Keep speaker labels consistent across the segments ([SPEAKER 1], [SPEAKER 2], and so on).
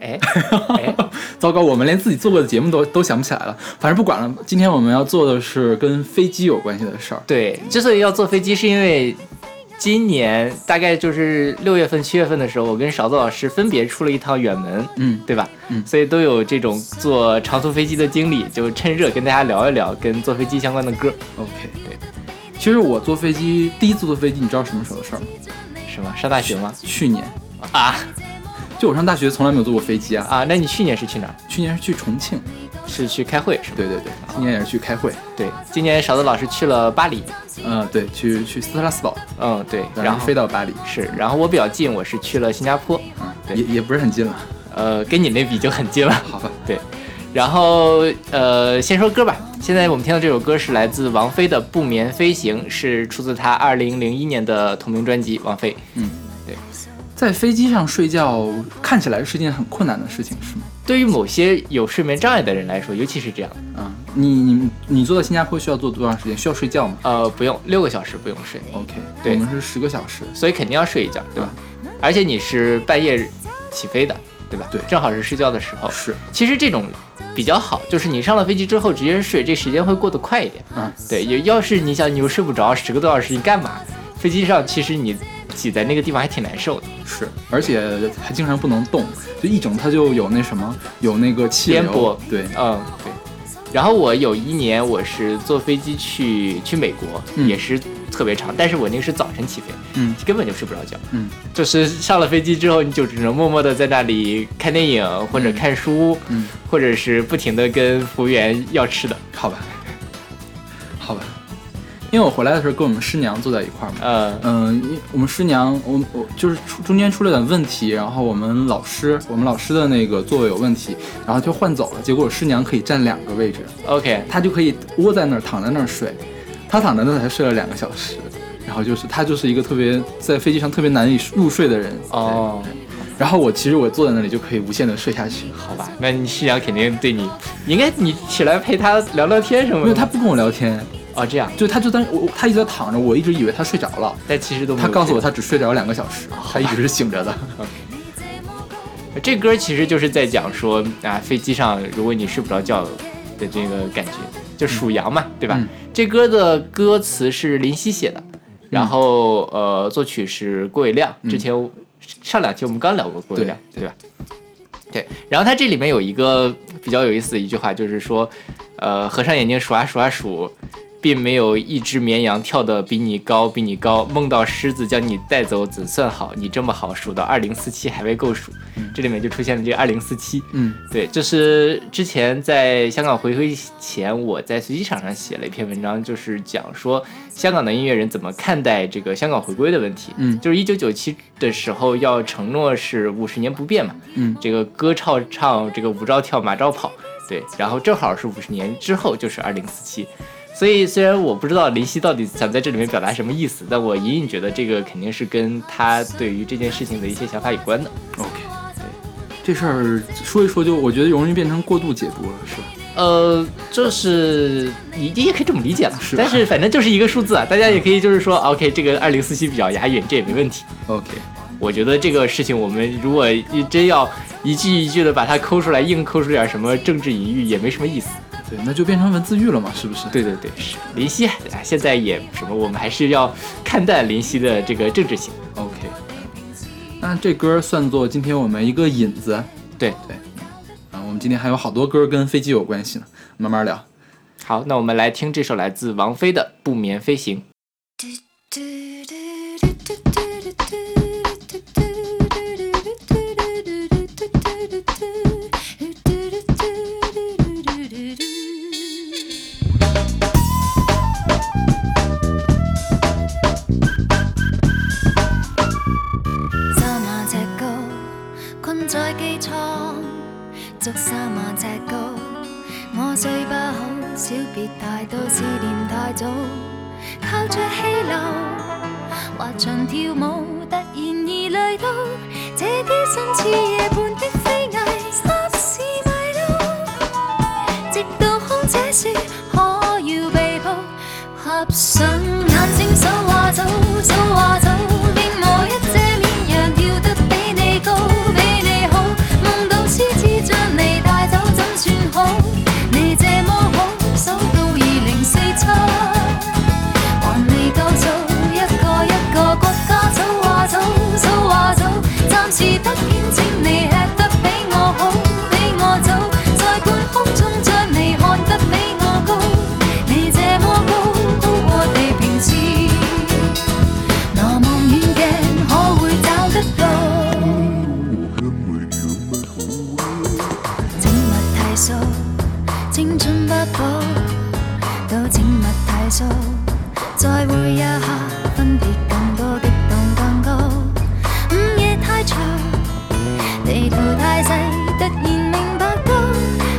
[SPEAKER 1] 哎哎，
[SPEAKER 2] 糟糕，我们连自己做过的节目都都想不起来了。反正不管了，今天我们要做的是跟飞机有关系的事儿。
[SPEAKER 1] 对，之所以要坐飞机，是因为今年大概就是六月份、七月份的时候，我跟勺子老师分别出了一趟远门，
[SPEAKER 2] 嗯，
[SPEAKER 1] 对吧？
[SPEAKER 2] 嗯
[SPEAKER 1] 所以都有这种坐长途飞机的经历，就趁热跟大家聊一聊跟坐飞机相关的歌，
[SPEAKER 2] OK，对。其实我坐飞机，第一次坐飞机，你知道什么时候的事儿吗？
[SPEAKER 1] 是吗？上大学吗？
[SPEAKER 2] 去年，
[SPEAKER 1] 啊
[SPEAKER 2] 就我上大学从来没有坐过飞机啊。
[SPEAKER 1] 啊，那你去年是去哪儿？
[SPEAKER 2] 去年是去重庆，
[SPEAKER 1] 是去开会是吗？
[SPEAKER 2] 对对对，今年也是去开会，
[SPEAKER 1] 对，今年勺子老师去了巴黎，
[SPEAKER 2] 呃，对，去去斯特拉斯堡，
[SPEAKER 1] 嗯，对，
[SPEAKER 2] 然
[SPEAKER 1] 然
[SPEAKER 2] 后
[SPEAKER 1] 后
[SPEAKER 2] 飞到巴黎，
[SPEAKER 1] 是，然后我比较近，我是去了新加坡，
[SPEAKER 2] 嗯，
[SPEAKER 1] 对
[SPEAKER 2] 也也不是很近了，
[SPEAKER 1] 呃，跟你那比就很近了。
[SPEAKER 2] 好吧，
[SPEAKER 1] 对，然后呃，先说歌吧。现在我们听到这首歌是来自王菲的《不眠飞行》，是出自她二零零一年的同名专辑《王菲》。
[SPEAKER 2] 在飞机上睡觉看起来是件很困难的事情，是吗？
[SPEAKER 1] 对于某些有睡眠障碍的人来说，尤其是这样，
[SPEAKER 2] 啊，你你你坐到新加坡需要坐多长时间？需要睡觉吗
[SPEAKER 1] 呃，不用六个小时不用睡，
[SPEAKER 2] ？OK，
[SPEAKER 1] 对
[SPEAKER 2] 我们是十个小时，
[SPEAKER 1] 所以肯定要睡一觉，对吧？而且你是半夜起飞的，对吧？
[SPEAKER 2] 对
[SPEAKER 1] 正好是睡觉的时候。
[SPEAKER 2] 是，
[SPEAKER 1] 其实这种比较好，就是你上了飞机之后直接睡，这时间会过得快一点。
[SPEAKER 2] 嗯，
[SPEAKER 1] 对，也要是你想你又睡不着，十个多小时你干嘛？飞机上其实你挤在那个地方还挺难受的，
[SPEAKER 2] 是，而且还经常不能动，就一整它就有那什么，有那个气
[SPEAKER 1] 颠
[SPEAKER 2] 流
[SPEAKER 1] 簸，
[SPEAKER 2] 对，
[SPEAKER 1] 嗯，对。然后我有一年我是坐飞机去去美国，
[SPEAKER 2] 嗯
[SPEAKER 1] 也是特别长，但是我那个是早晨起飞，
[SPEAKER 2] 嗯
[SPEAKER 1] 根本就睡不着觉。
[SPEAKER 2] 嗯，
[SPEAKER 1] 就是上了飞机之后，你就只能默默的在那里看电影或者看书，
[SPEAKER 2] 嗯，
[SPEAKER 1] 或者是不停的跟服务员要吃的。
[SPEAKER 2] 好吧，好吧，因为我回来的时候跟我们师娘坐在一块儿嘛，
[SPEAKER 1] 嗯
[SPEAKER 2] 嗯，因我们师娘，我我就是出中间出了点问题，然后我们老师，我们老师的那个座位有问题，然后就换走了。结果我师娘可以占两个位置，
[SPEAKER 1] ，OK，
[SPEAKER 2] 她就可以窝在那儿躺在那儿睡，她躺在那儿才睡了两个小时。然后就是她就是一个特别在飞机上特别难以入睡的人。
[SPEAKER 1] 哦，
[SPEAKER 2] 对。然后我其实我坐在那里就可以无限的睡下去。
[SPEAKER 1] 好吧，那你师娘肯定对你，你应该你起来陪她聊聊天什么的。
[SPEAKER 2] 没有，她不跟我聊天，
[SPEAKER 1] 哦这样，
[SPEAKER 2] 就她就当我她一直在躺着，我一直以为她睡着了。
[SPEAKER 1] 但其实都没
[SPEAKER 2] 她
[SPEAKER 1] 有
[SPEAKER 2] 告诉我
[SPEAKER 1] 这
[SPEAKER 2] 她只睡着两个小时，她一直是醒着的。
[SPEAKER 1] 个这歌其实就是在讲说啊，飞机上如果你睡不着觉的这个感觉，就数羊嘛，对吧？
[SPEAKER 2] 嗯
[SPEAKER 1] 这歌的歌词是林夕写的，然后、呃作曲是郭伟
[SPEAKER 2] 嗯
[SPEAKER 1] 亮，之前我、上两期我们刚聊过郭伟亮，对吧？对，然后他这里面有一个比较有意思的一句话，就是说，呃，合上眼睛数啊数啊数，并没有一只绵羊跳得比你高，比你高。梦到狮子将你带走，怎算好？你这么好，数到二零四七还未够数。这里面就出现了这个二零四七。
[SPEAKER 2] 嗯
[SPEAKER 1] 对，就是之前在香港回归前，我在随机场上写了一篇文章，就是讲说香港的音乐人怎么看待这个香港回归的问题。
[SPEAKER 2] 嗯
[SPEAKER 1] 就是一九九七的时候要承诺是五十年不变嘛，
[SPEAKER 2] 嗯
[SPEAKER 1] 这个歌照唱，这个舞照跳，马照跑，对，然后正好是五十年之后就是二零四七。所以，虽然我不知道林夕到底想在这里面表达什么意思，但我隐隐觉得这个肯定是跟他对于这件事情的一些想法有关的。
[SPEAKER 2] OK，这事儿说一说就，我觉得容易变成过度解读了，是吧？
[SPEAKER 1] 呃，就是你你也可以这么理解了，
[SPEAKER 2] 是吧
[SPEAKER 1] 但是反正就是一个数字啊，大家也可以就是说、o k 这个二零四七比较押韵，这也没问题。
[SPEAKER 2] OK，
[SPEAKER 1] 我觉得这个事情，我们如果一真要一句一句的把它抠出来，硬抠出点什么政治隐喻，也没什么意思。
[SPEAKER 2] 对，那就变成文字狱了嘛，是不是？，
[SPEAKER 1] 对对对，是林夕啊，现在也什么，我们还是要看淡林夕的这个政治性。
[SPEAKER 2] ，OK。那这歌算作今天我们一个引子
[SPEAKER 1] 对，
[SPEAKER 2] 啊，我们今天还有好多歌跟飞机有关系呢，慢慢聊。
[SPEAKER 1] 好，那我们来听这首来自王菲的《不眠飞行》。
[SPEAKER 3] 三馬隻高，困在機艙，捉三馬隻高，我我最不好，小别大都市念太早，靠着氣流滑翔跳舞，突然而來到這啲身似夜半的飛蟻，霎時迷路，直到空姐説可要被捕，合上眼睛數啊數，數啊數，變無一隻綿羊跳得比你高，比你好，夢到獅子將你帶走，怎算好？你這麼好，數到二零四七。還未夠數，一個一個國家數啊數，數啊數，暫時不顯請你吃得比我好，比我早，在半空中將你看得比我高，你這麼高，高過地平線，挪望遠鏡可會找得到？請勿太數，青春不保，都請勿太數。再會一刻，分別更多的蕩更高。午夜太長，地圖太細，突然明白到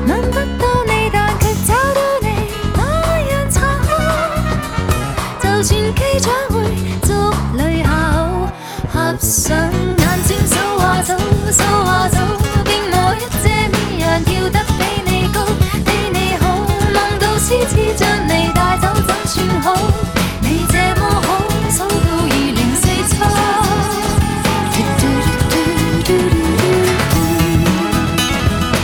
[SPEAKER 3] 揾不到你，但卻找到你，那樣殘酷。就算機長會捉女校，合上眼睛數啊數，數啊數，經我一隻綿羊跳得比你高，比你好，夢到獅子將你帶走，怎算好？你這麼好，數到二零四七。嘟嘟嘟嘟嘟嘟嘟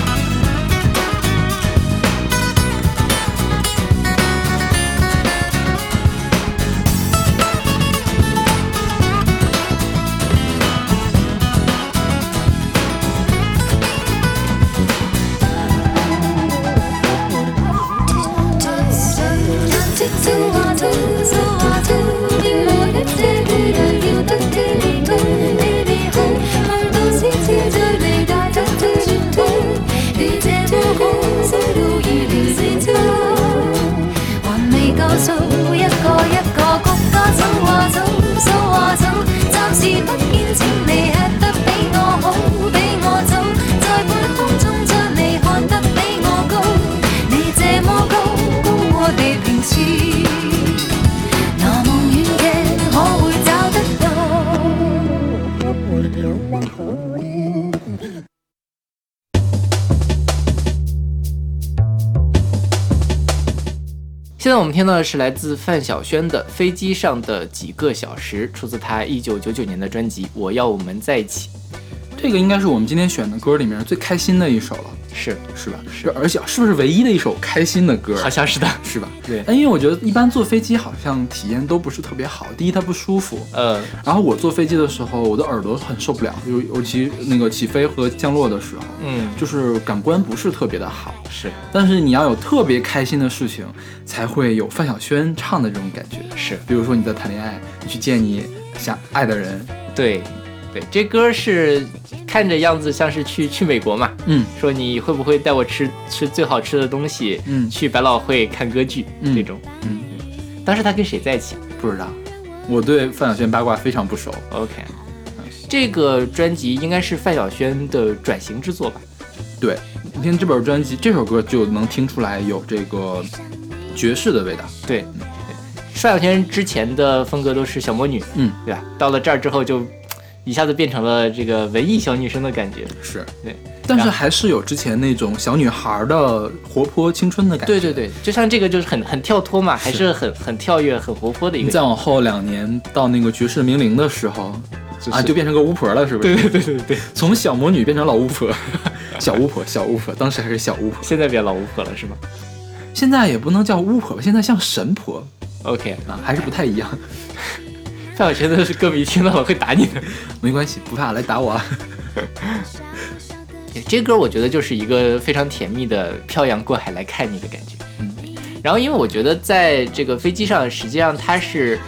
[SPEAKER 3] 數一個一個國家數啊數，數啊數，暫時不見請你吃得比我好，比我早，在半空中將你看得比我高，你這麼高，高過地平線，那望遠鏡可會找得到？
[SPEAKER 1] 现在我们听到的是来自范晓萱的《飞机上的几个小时》，出自她一九九九年的专辑《我要我们在一起
[SPEAKER 2] 这个应该是我们今天选的歌里面最开心的一首了，》。
[SPEAKER 1] 是，
[SPEAKER 2] 是吧？是，而且是不是唯一的一首开心的歌？
[SPEAKER 1] 好像是的。
[SPEAKER 2] 是吧？哎
[SPEAKER 1] 对
[SPEAKER 2] 但因为我觉得一般坐飞机好像体验都不是特别好。第一，它不舒服。
[SPEAKER 1] 呃，
[SPEAKER 2] 然后我坐飞机的时候，我的耳朵很受不了，尤尤其那个起飞和降落的时候，
[SPEAKER 1] 嗯，
[SPEAKER 2] 就是感官不是特别的好。
[SPEAKER 1] 是
[SPEAKER 2] 但是你要有特别开心的事情，才会有范晓萱唱的这种感觉。
[SPEAKER 1] 是，
[SPEAKER 2] 比如说你在谈恋爱，你去见你想爱的人，
[SPEAKER 1] 对，对，这歌是看着样子像是去去美国嘛，
[SPEAKER 2] 嗯，
[SPEAKER 1] 说你会不会带我吃吃最好吃的东西，
[SPEAKER 2] 嗯
[SPEAKER 1] 去百老汇看歌剧、
[SPEAKER 2] 嗯
[SPEAKER 1] 这种。
[SPEAKER 2] 嗯，
[SPEAKER 1] 当时他跟谁在一起啊
[SPEAKER 2] 不知道。我对范晓萱八卦非常不熟，
[SPEAKER 1] ？OK，这
[SPEAKER 2] 嗯
[SPEAKER 1] 个专辑应该是范晓萱的转型之作吧？
[SPEAKER 2] 对，你听这本专辑，这首歌就能听出来有这个爵士的味道。
[SPEAKER 1] 对，范晓萱之前的风格都是小魔女，
[SPEAKER 2] 嗯，
[SPEAKER 1] 对吧？到了这儿之后就。一下子变成了这个文艺小女生的感觉，
[SPEAKER 2] 是
[SPEAKER 1] 对，
[SPEAKER 2] 但是还是有之前那种小女孩的活泼青春的感觉。
[SPEAKER 1] 对对对，就像这个就是很很跳脱嘛，还是很很跳跃、很活泼的一
[SPEAKER 2] 你
[SPEAKER 1] 个
[SPEAKER 2] 再往后两年到那个爵士名伶的时候，
[SPEAKER 1] 就是
[SPEAKER 2] 啊，就变成个巫婆了，是不是？ 对对对对对，从小魔女变成老巫 婆，小巫婆，小巫婆，当时还是小巫婆，
[SPEAKER 1] 现在变老巫婆了是吗
[SPEAKER 2] 现在也不能叫巫婆吧，现在像神婆
[SPEAKER 1] ？OK，
[SPEAKER 2] 啊，还是不太一样。
[SPEAKER 1] 范晓萱的歌迷听到了会打你的。
[SPEAKER 2] 没关系，不怕，来打我啊！
[SPEAKER 1] 这歌我觉得就是一个非常甜蜜的漂洋过海来看你的感觉。
[SPEAKER 2] 嗯，
[SPEAKER 1] 然后因为我觉得在这个飞机上，实际上它是。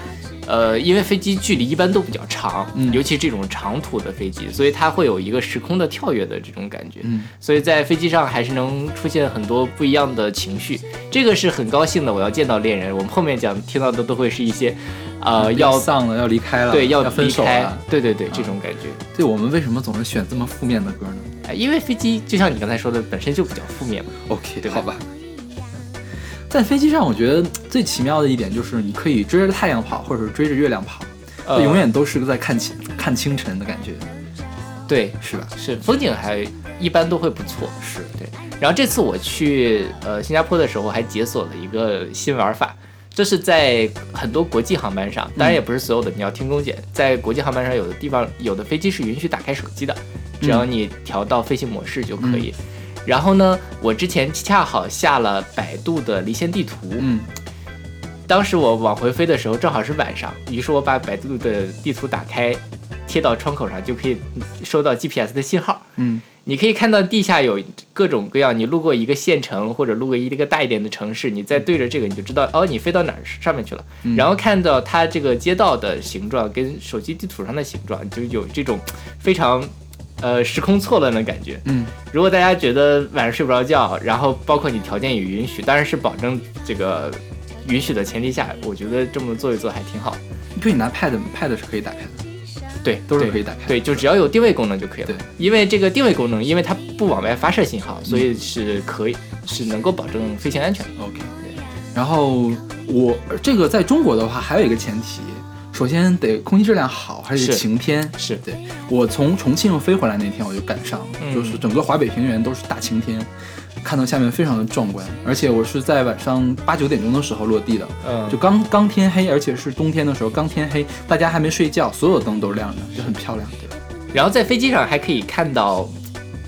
[SPEAKER 1] 呃，因为飞机距离一般都比较长，
[SPEAKER 2] 嗯
[SPEAKER 1] 尤其这种长途的飞机，所以它会有一个时空的跳跃的这种感觉。
[SPEAKER 2] 嗯，
[SPEAKER 1] 所以在飞机上还是能出现很多不一样的情绪，这个是很高兴的。我要见到恋人，我们后面讲听到的都会是一些，呃，要
[SPEAKER 2] 丧了，要离开了，
[SPEAKER 1] 对
[SPEAKER 2] 要
[SPEAKER 1] 要
[SPEAKER 2] 分
[SPEAKER 1] 离
[SPEAKER 2] 手啊
[SPEAKER 1] 开
[SPEAKER 2] 了。，
[SPEAKER 1] 对对对，这种感觉，呃
[SPEAKER 2] 对我们为什么总是选这么负面的歌呢
[SPEAKER 1] 哎因为飞机就像你刚才说的，本身就比较负面嘛。
[SPEAKER 2] ？OK，
[SPEAKER 1] 对吧
[SPEAKER 2] 好吧，在飞机上，我觉得最奇妙的一点就是你可以追着太阳跑，或者是追着月亮跑，
[SPEAKER 1] 呃
[SPEAKER 2] 就永远都是在看清看清晨的感觉，
[SPEAKER 1] 呃对，
[SPEAKER 2] 是吧？
[SPEAKER 1] 是风景还一般都会不错。
[SPEAKER 2] 是
[SPEAKER 1] 对，然后这次我去呃新加坡的时候，还解锁了一个新玩法，这是在很多国际航班上，
[SPEAKER 2] 嗯
[SPEAKER 1] 当然也不是所有的，你要听公检，在国际航班上，有的地方有的飞机是允许打开手机的，只要
[SPEAKER 2] 嗯
[SPEAKER 1] 你调到飞行模式就可以。然后呢，我之前恰好下了百度的离线地图，
[SPEAKER 2] 嗯，
[SPEAKER 1] 当时我往回飞的时候正好是晚上，于是我把百度的地图打开，贴到窗口上就可以收到 GPS 的信号。
[SPEAKER 2] 嗯，
[SPEAKER 1] 你可以看到地下有各种各样，你路过一个县城或者路过一个大一点的城市，你再对着这个你就知道哦，你飞到哪儿上面去了。然后看到它这个街道的形状跟手机地图上的形状，就有这种非常呃时空错乱的感觉。
[SPEAKER 2] 嗯，
[SPEAKER 1] 如果大家觉得晚上睡不着觉，然后包括你条件也允许，当然是保证这个允许的前提下，我觉得这么做一做还挺好。
[SPEAKER 2] 对你拿 pad pad 是可以打开的，
[SPEAKER 1] 对，
[SPEAKER 2] 都是
[SPEAKER 1] 对
[SPEAKER 2] 可以打开的
[SPEAKER 1] 对，就只要有定位功能就可以了。
[SPEAKER 2] 对，嗯
[SPEAKER 1] 因为这个定位功能，因为它不往外发射信号，所以是可以是能够保证飞行安全的。
[SPEAKER 2] OK，然后我这个在中国的话，还有一个前提，首先得空气质量好，还
[SPEAKER 1] 是
[SPEAKER 2] 得晴天。
[SPEAKER 1] 是
[SPEAKER 2] 对我从重庆飞回来那天，我就赶上了，
[SPEAKER 1] 嗯
[SPEAKER 2] 就是整个华北平原都是大晴天，看到下面非常的壮观。而且我是在晚上八九点钟的时候落地的，
[SPEAKER 1] 嗯
[SPEAKER 2] 就刚刚天黑，而且是冬天的时候刚天黑，大家还没睡觉，所有灯都亮着，就很漂亮。对吧
[SPEAKER 1] 然后在飞机上还可以看到，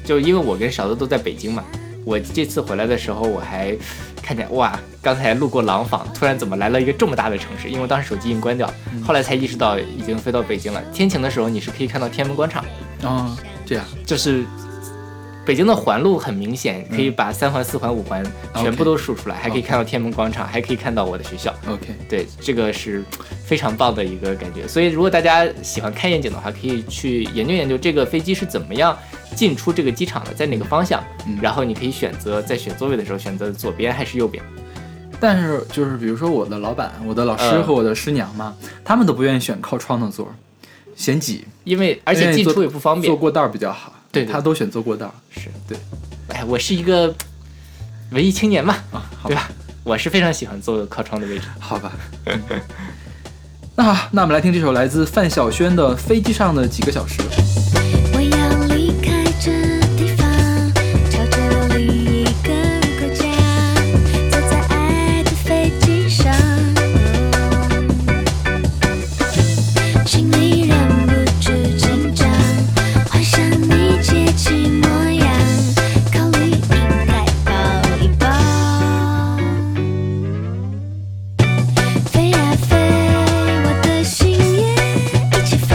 [SPEAKER 1] 就因为我跟勺子都在北京嘛，我这次回来的时候我还看见哇，刚才路过廊坊，突然怎么来了一个这么大的城市？因为我当时手机已经关掉，后来才意识到已经飞到北京了。天晴的时候你是可以看到天安门广场，
[SPEAKER 2] 啊、这样
[SPEAKER 1] 就是。北京的环路很明显，可以把三环、四环、五环全部都数出来，还可以看到天安门广场，还可以看到我的学校。
[SPEAKER 2] OK。
[SPEAKER 1] 对，这个是非常棒的一个感觉。所以，如果大家喜欢看夜景的话，可以去研究研究这个飞机是怎么样进出这个机场的，在哪个方向。
[SPEAKER 2] 嗯
[SPEAKER 1] 然后你可以选择在选座位的时候选择左边还是右边。
[SPEAKER 2] 但是就是比如说我的老板、我的老师
[SPEAKER 1] 嗯
[SPEAKER 2] 和我的师娘嘛，他们都不愿意选靠窗的座儿，嫌挤，
[SPEAKER 1] 因为而且进出也不方便
[SPEAKER 2] 坐。过道儿比较好。
[SPEAKER 1] 对对
[SPEAKER 2] 他都选坐过道儿。
[SPEAKER 1] 是
[SPEAKER 2] 对，
[SPEAKER 1] 哎，我是一个文艺青年嘛，
[SPEAKER 2] 啊，好
[SPEAKER 1] 对
[SPEAKER 2] 吧，
[SPEAKER 1] 吧？我是非常喜欢坐靠窗的位置。
[SPEAKER 2] 好吧。 那好，那我们来听这首来自范晓萱的《飞机上的几个小时》。
[SPEAKER 3] 我要离开这地方，朝着另一个国家，坐在爱的飞机上，心里忍不住紧张，幻想你接起模样，考虑应该抱一抱。飞呀飞，我的心也一起飞。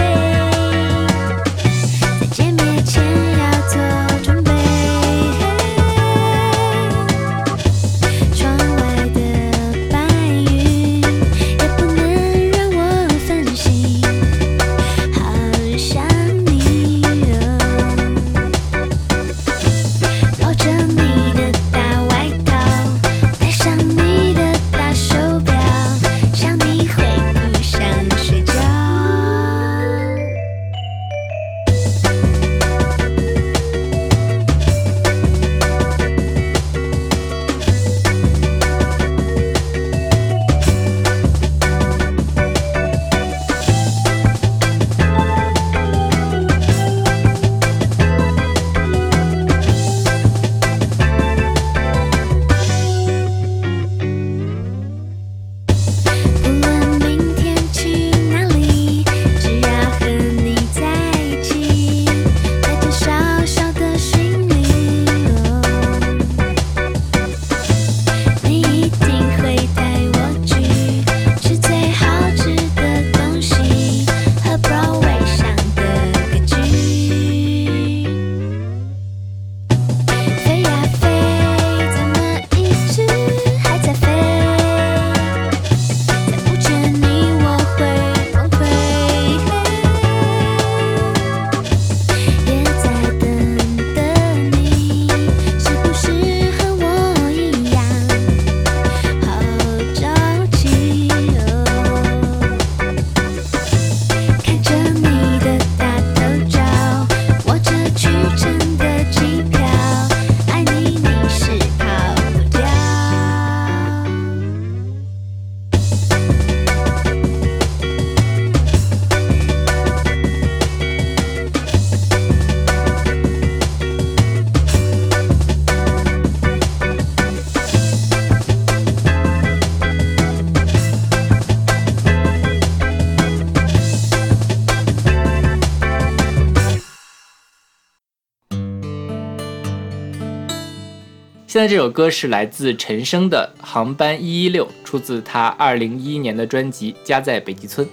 [SPEAKER 1] 现在这首歌是来自陈升的《航班一一六》，出自他二零一一年的专辑《家在北极村》。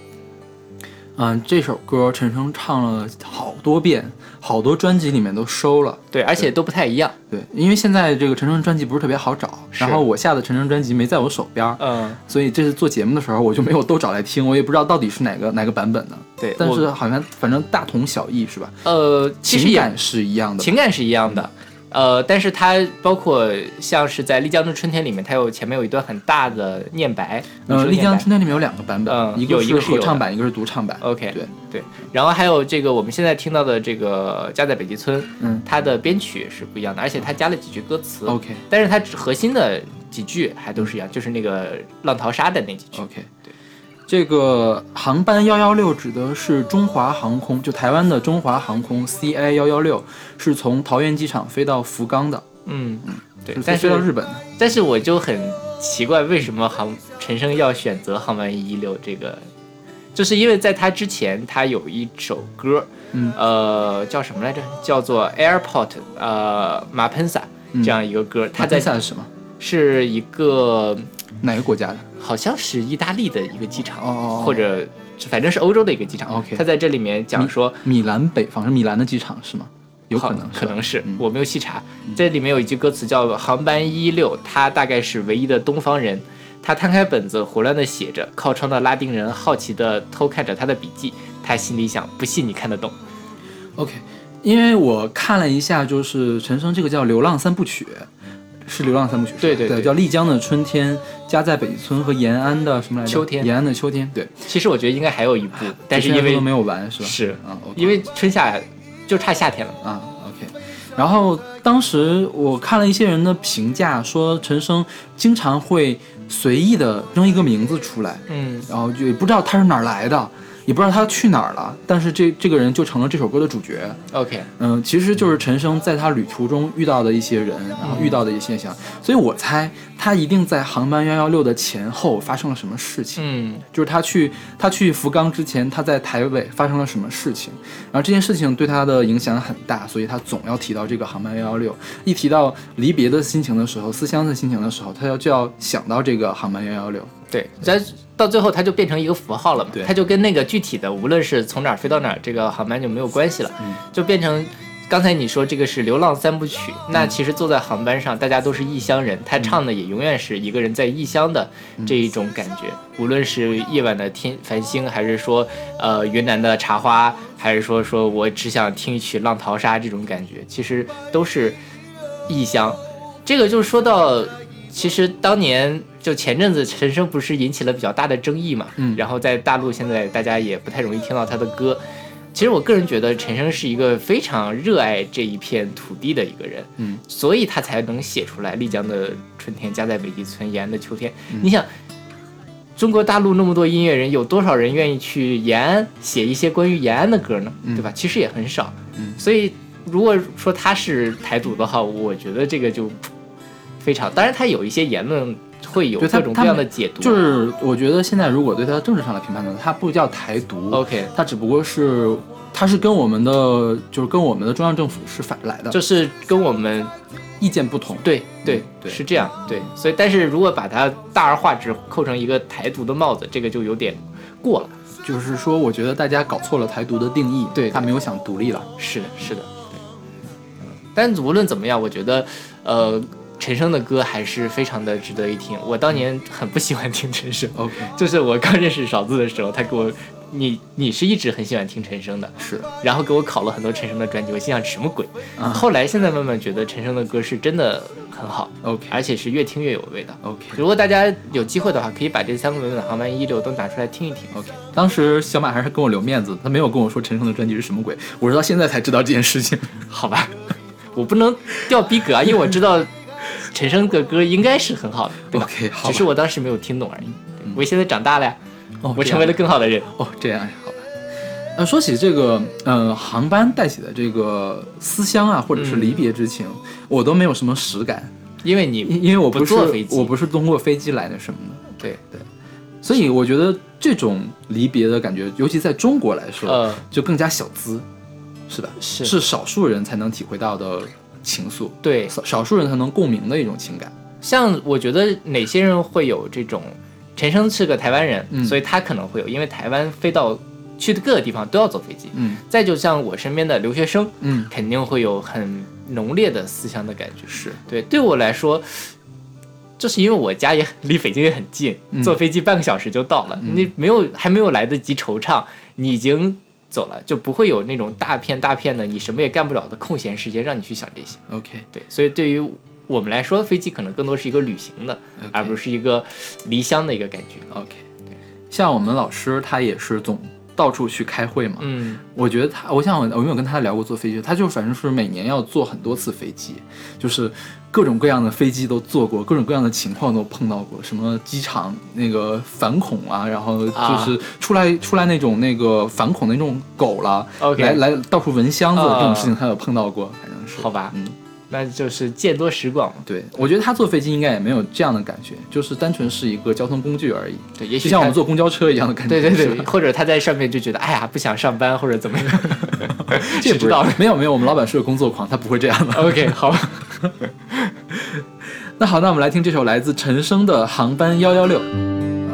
[SPEAKER 2] 嗯，这首歌陈升唱了好多遍，好多专辑里面都收了。
[SPEAKER 1] 对，而且都不太一样。
[SPEAKER 2] 对，因为现在这个陈升专辑不是特别好找，然后我下的陈升专辑没在我手边儿，
[SPEAKER 1] 嗯，
[SPEAKER 2] 所以这次做节目的时候我就没有都找来听，我也不知道到底是哪个哪个版本的。
[SPEAKER 1] 对，
[SPEAKER 2] 但
[SPEAKER 1] 我
[SPEAKER 2] 是好像反正大同小异是吧？
[SPEAKER 1] 呃，其实
[SPEAKER 2] 情
[SPEAKER 1] 也
[SPEAKER 2] 感是一样的。
[SPEAKER 1] 情感是一样的，呃，但是它包括像是在《丽江的春天》里面，它有前面有一段很大的念白，你
[SPEAKER 2] 呃，
[SPEAKER 1] 说
[SPEAKER 2] 丽江
[SPEAKER 1] 念白
[SPEAKER 2] 春天里面有两个版本，
[SPEAKER 1] 嗯
[SPEAKER 2] 一
[SPEAKER 1] 有
[SPEAKER 2] 个
[SPEAKER 1] 一个是有
[SPEAKER 2] 合
[SPEAKER 1] 的
[SPEAKER 2] 唱版，一个是独唱版。
[SPEAKER 1] OK
[SPEAKER 2] 对，
[SPEAKER 1] 对，然后还有这个我们现在听到的这个《家在北极村》，
[SPEAKER 2] 嗯
[SPEAKER 1] 它的编曲也是不一样的，而且它加了几句歌词
[SPEAKER 2] ，OK
[SPEAKER 1] 但是它只核心的几句还都是一样，就是那个浪淘沙的那几句。
[SPEAKER 2] OK，对，这个航班幺幺六指的是中华航空，就台湾的中华航空 CI 幺幺六是从桃园机场飞到福冈的，
[SPEAKER 1] 嗯，对
[SPEAKER 2] 是，
[SPEAKER 1] 但
[SPEAKER 2] 飞到日
[SPEAKER 1] 是
[SPEAKER 2] 本的。
[SPEAKER 1] 但是我就很奇怪，为什么航陈升要选择航班一六这个？就是因为在他之前，他有一首歌，
[SPEAKER 2] 嗯
[SPEAKER 1] 呃，叫什么来着？叫做 Airport，呃，马喷萨
[SPEAKER 2] 嗯
[SPEAKER 1] 这样一个歌，他
[SPEAKER 2] 马
[SPEAKER 1] 在
[SPEAKER 2] 赛是什么？
[SPEAKER 1] 是一个
[SPEAKER 2] 哪个国家的？
[SPEAKER 1] 好像是意大利的一个机场，
[SPEAKER 2] 哦哦哦
[SPEAKER 1] 或者反正是欧洲的一个机场。
[SPEAKER 2] OK
[SPEAKER 1] 他在这里面讲说，
[SPEAKER 2] 米兰北方是米兰的机场是吗？有
[SPEAKER 1] 好
[SPEAKER 2] 可能，
[SPEAKER 1] 可能
[SPEAKER 2] 是
[SPEAKER 1] 是
[SPEAKER 2] 吧，嗯
[SPEAKER 1] 我没有细查。这里面有一句歌词叫“航班一六”，他大概是唯一的东方人。他摊开本子，胡乱的写着。靠窗的拉丁人好奇的偷看着他的笔记，他心里想：不信你看得懂。
[SPEAKER 2] OK，因为我看了一下，就是陈升这个叫《流浪三部曲》，是《流浪三部曲》是吧
[SPEAKER 1] 对对
[SPEAKER 2] 对
[SPEAKER 1] 对
[SPEAKER 2] 叫《丽江的春天》、《家在北极村》和延安的什么来着？
[SPEAKER 1] 秋天
[SPEAKER 2] 延安的秋天，对，
[SPEAKER 1] 其实我觉得应该还有一部，但是
[SPEAKER 2] 啊这
[SPEAKER 1] 因
[SPEAKER 2] 些都没
[SPEAKER 1] 为
[SPEAKER 2] 有完是吧？
[SPEAKER 1] 是
[SPEAKER 2] 啊，OK，
[SPEAKER 1] 因为春夏就差夏天了。
[SPEAKER 2] 啊，OK。然后当时我看了一些人的评价，说陈升经常会随意的扔一个名字出来，
[SPEAKER 1] 嗯，
[SPEAKER 2] 然后就也不知道他是哪儿来的，也不知道他去哪儿了，但是这这个人就成了这首歌的主角。
[SPEAKER 1] OK，
[SPEAKER 2] 嗯，其实就是陈升在他旅途中遇到的一些人，然后遇到的一些现象，所以我猜他一定在航班幺幺六的前后发生了什么事情。
[SPEAKER 1] 嗯，
[SPEAKER 2] 就是他去他去福冈之前，他在台北发生了什么事情，然后这件事情对他的影响很大，所以他总要提到这个航班幺幺六。一提到离别的心情的时候，思乡的心情的时候，他要就要想到这个航班幺幺六。
[SPEAKER 1] 对，咱到最后它就变成一个符号了嘛
[SPEAKER 2] 对，
[SPEAKER 1] 它就跟那个具体的，无论是从哪儿飞到哪儿，这个航班就没有关系了，
[SPEAKER 2] 嗯
[SPEAKER 1] 就变成。刚才你说这个是《流浪三部曲》，那
[SPEAKER 2] 嗯
[SPEAKER 1] 其实坐在航班上，大家都是异乡人，他唱的也永远是一个人在异乡的
[SPEAKER 2] 嗯
[SPEAKER 1] 这一种感觉，无论是夜晚的天繁星，还是说呃云南的茶花，还是说说我只想听一曲《浪淘沙》这种感觉，其实都是异乡。这个就说到，其实当年就前阵子陈升不是引起了比较大的争议嘛，
[SPEAKER 2] 嗯
[SPEAKER 1] 然后在大陆现在大家也不太容易听到他的歌。其实我个人觉得陈升是一个非常热爱这一片土地的一个人，
[SPEAKER 2] 嗯，
[SPEAKER 1] 所以他才能写出来《丽江的春天》《家在北极村》《延安的秋天》
[SPEAKER 2] 嗯
[SPEAKER 1] 你想，中国大陆那么多音乐人，有多少人愿意去延安写一些关于延安的歌呢？对吧？其实也很少。
[SPEAKER 2] 嗯
[SPEAKER 1] 所以如果说他是台独的话，我觉得这个就非常，当然他有一些言论会有
[SPEAKER 2] 对他
[SPEAKER 1] 各种
[SPEAKER 2] 他
[SPEAKER 1] 各样的
[SPEAKER 2] 们
[SPEAKER 1] 解读，
[SPEAKER 2] 就是我觉得现在如果对他政治上的评判呢，他不叫台独
[SPEAKER 1] OK，
[SPEAKER 2] 他只不过是他是跟我们的就是跟我们的中央政府是反来的，
[SPEAKER 1] 就是跟我们
[SPEAKER 2] 意见不同。
[SPEAKER 1] 对对
[SPEAKER 2] 嗯对
[SPEAKER 1] 是这样对，所以但是如果把它大而化之，扣成一个台独的帽子，这个就有点过了。
[SPEAKER 2] 就是说，我觉得大家搞错了台独的定义，
[SPEAKER 1] 对
[SPEAKER 2] 他没有想独立了。
[SPEAKER 1] 是的，是的，对。嗯但无论怎么样，我觉得，呃，陈升的歌还是非常的值得一听。我当年很不喜欢听陈升，
[SPEAKER 2] OK，
[SPEAKER 1] 就是我刚认识勺子的时候，他给我，你你是一直很喜欢听陈升的，
[SPEAKER 2] 是的
[SPEAKER 1] 然后给我考了很多陈升的专辑，我心想什么鬼？
[SPEAKER 2] 啊
[SPEAKER 1] 后来现在慢慢觉得陈升的歌是真的很好，
[SPEAKER 2] ，OK
[SPEAKER 1] 而且是越听越有味道。
[SPEAKER 2] OK
[SPEAKER 1] 如果大家有机会的话，可以把这三个版本的《航班一六》都拿出来听一 听。
[SPEAKER 2] OK。当时小马还是跟我留面子，他没有跟我说陈升的专辑是什么鬼，我是到现在才知道这件事 情。
[SPEAKER 1] 好吧，我不能掉逼格啊，因为我知道陈升的歌应该是很好的，对吧
[SPEAKER 2] OK，好吧嗯
[SPEAKER 1] 只是我当时没有听懂而已。对我现在长大了呀，
[SPEAKER 2] 哦
[SPEAKER 1] 我成为了更好的人。
[SPEAKER 2] 哦这样呀，好吧。呃，说起这个，呃，航班带起的这个思乡啊，或者是离别之情，我都没有什么实感，
[SPEAKER 1] 因为你
[SPEAKER 2] 因因为我
[SPEAKER 1] 嗯不
[SPEAKER 2] 是
[SPEAKER 1] 坐飞机
[SPEAKER 2] 我不是通过飞机来的什么的，
[SPEAKER 1] 对对，
[SPEAKER 2] 所以我觉得这种离别的感觉，尤其在中国来说，
[SPEAKER 1] 呃，
[SPEAKER 2] 就更加小资，是吧？
[SPEAKER 1] 是
[SPEAKER 2] 是少数人才能体会到的情愫，
[SPEAKER 1] 对，
[SPEAKER 2] 少少数人才能共鸣的一种情感。
[SPEAKER 1] 像我觉得哪些人会有这种，陈升是个台湾人，
[SPEAKER 2] 嗯
[SPEAKER 1] 所以他可能会有，因为台湾飞到去的各个地方都要坐飞机。
[SPEAKER 2] 嗯
[SPEAKER 1] 再就像我身边的留学生，
[SPEAKER 2] 嗯，
[SPEAKER 1] 肯定会有很浓烈的思乡的感觉。
[SPEAKER 2] 是
[SPEAKER 1] 对，对我来说，就是因为我家也很离北京也很近，
[SPEAKER 2] 嗯
[SPEAKER 1] 坐飞机半个小时就到了，你没有还没有来得及惆怅，你已经走了，就不会有那种大片大片的你什么也干不了的空闲时间让你去想这些。
[SPEAKER 2] OK，
[SPEAKER 1] 对，所以对于我们来说，飞机可能更多是一个旅行的，而不是一个离乡的一个感觉。
[SPEAKER 2] OK。像我们老师他也是总到处去开会嘛，
[SPEAKER 1] 嗯
[SPEAKER 2] 我觉得他，我想我我没有跟他聊过坐飞机，他就反正是每年要坐很多次飞机，就是各种各样的飞机都坐过，各种各样的情况都碰到过，什么机场那个反恐啊，然后就
[SPEAKER 1] 啊
[SPEAKER 2] 是出来、出来那种那个反恐的那种狗啦
[SPEAKER 1] OK
[SPEAKER 2] 来来到处闻箱子的
[SPEAKER 1] 啊
[SPEAKER 2] 这种事情他有碰到过，反正是
[SPEAKER 1] 好吧
[SPEAKER 2] 嗯。
[SPEAKER 1] 那就是见多识广嘛。
[SPEAKER 2] 对，我觉得他坐飞机应该也没有这样的感觉，就是单纯是一个交通工具而已，
[SPEAKER 1] 对，也许
[SPEAKER 2] 就像我
[SPEAKER 1] 他
[SPEAKER 2] 们坐公交车一样的感觉。
[SPEAKER 1] 对对
[SPEAKER 2] 是
[SPEAKER 1] 对，
[SPEAKER 2] 吧
[SPEAKER 1] 或者他在上面就觉得哎呀不想上班或者怎么样，
[SPEAKER 2] 这
[SPEAKER 1] 知道
[SPEAKER 2] 不是没有没有，我们老板是个工作狂，他不会这样的。
[SPEAKER 1] OK 好吧。
[SPEAKER 2] 那好，那我们来听这首来自陈升的《航班幺幺六》。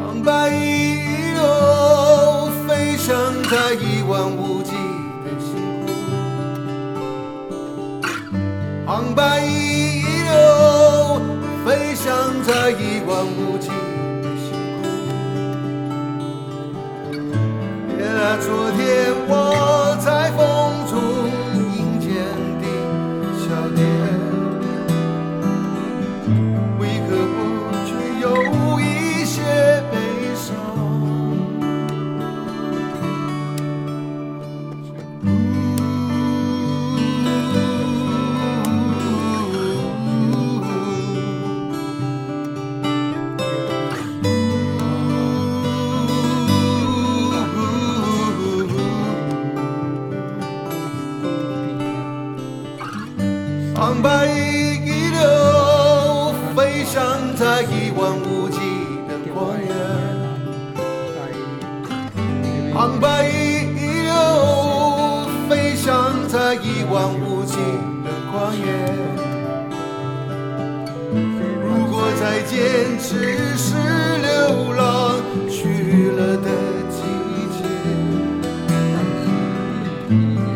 [SPEAKER 4] 航班一六飞升在一望无际的星空，航班一六飞翔在一望无际的星空。原来昨天我在风中迎接你的笑脸。为何不去有一些悲伤？航班一六飞翔在一望无际的旷野，航班一六飞翔在一望无际的旷野。如果再见只是流浪去了的季节。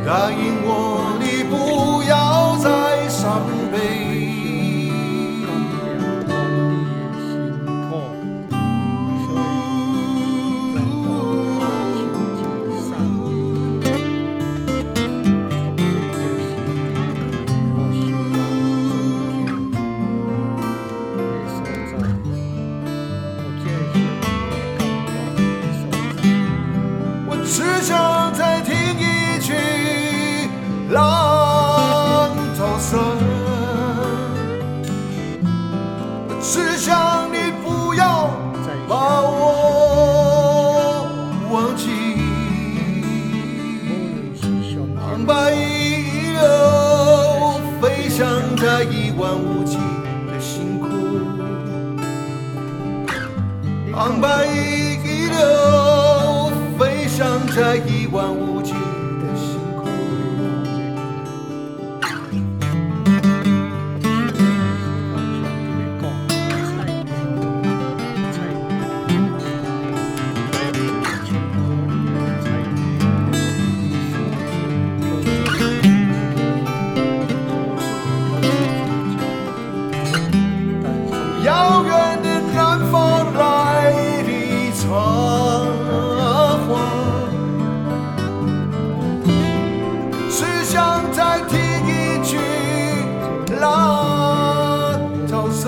[SPEAKER 4] 答应我，你不要再伤悲。我只想再听一句浪涛声，我只想你不要把我忘记。航班一六飞翔在一望无际的星空。航班一六飞翔在一望无际的星空。遥远的南方来的茶花，只想再听一句浪涛声，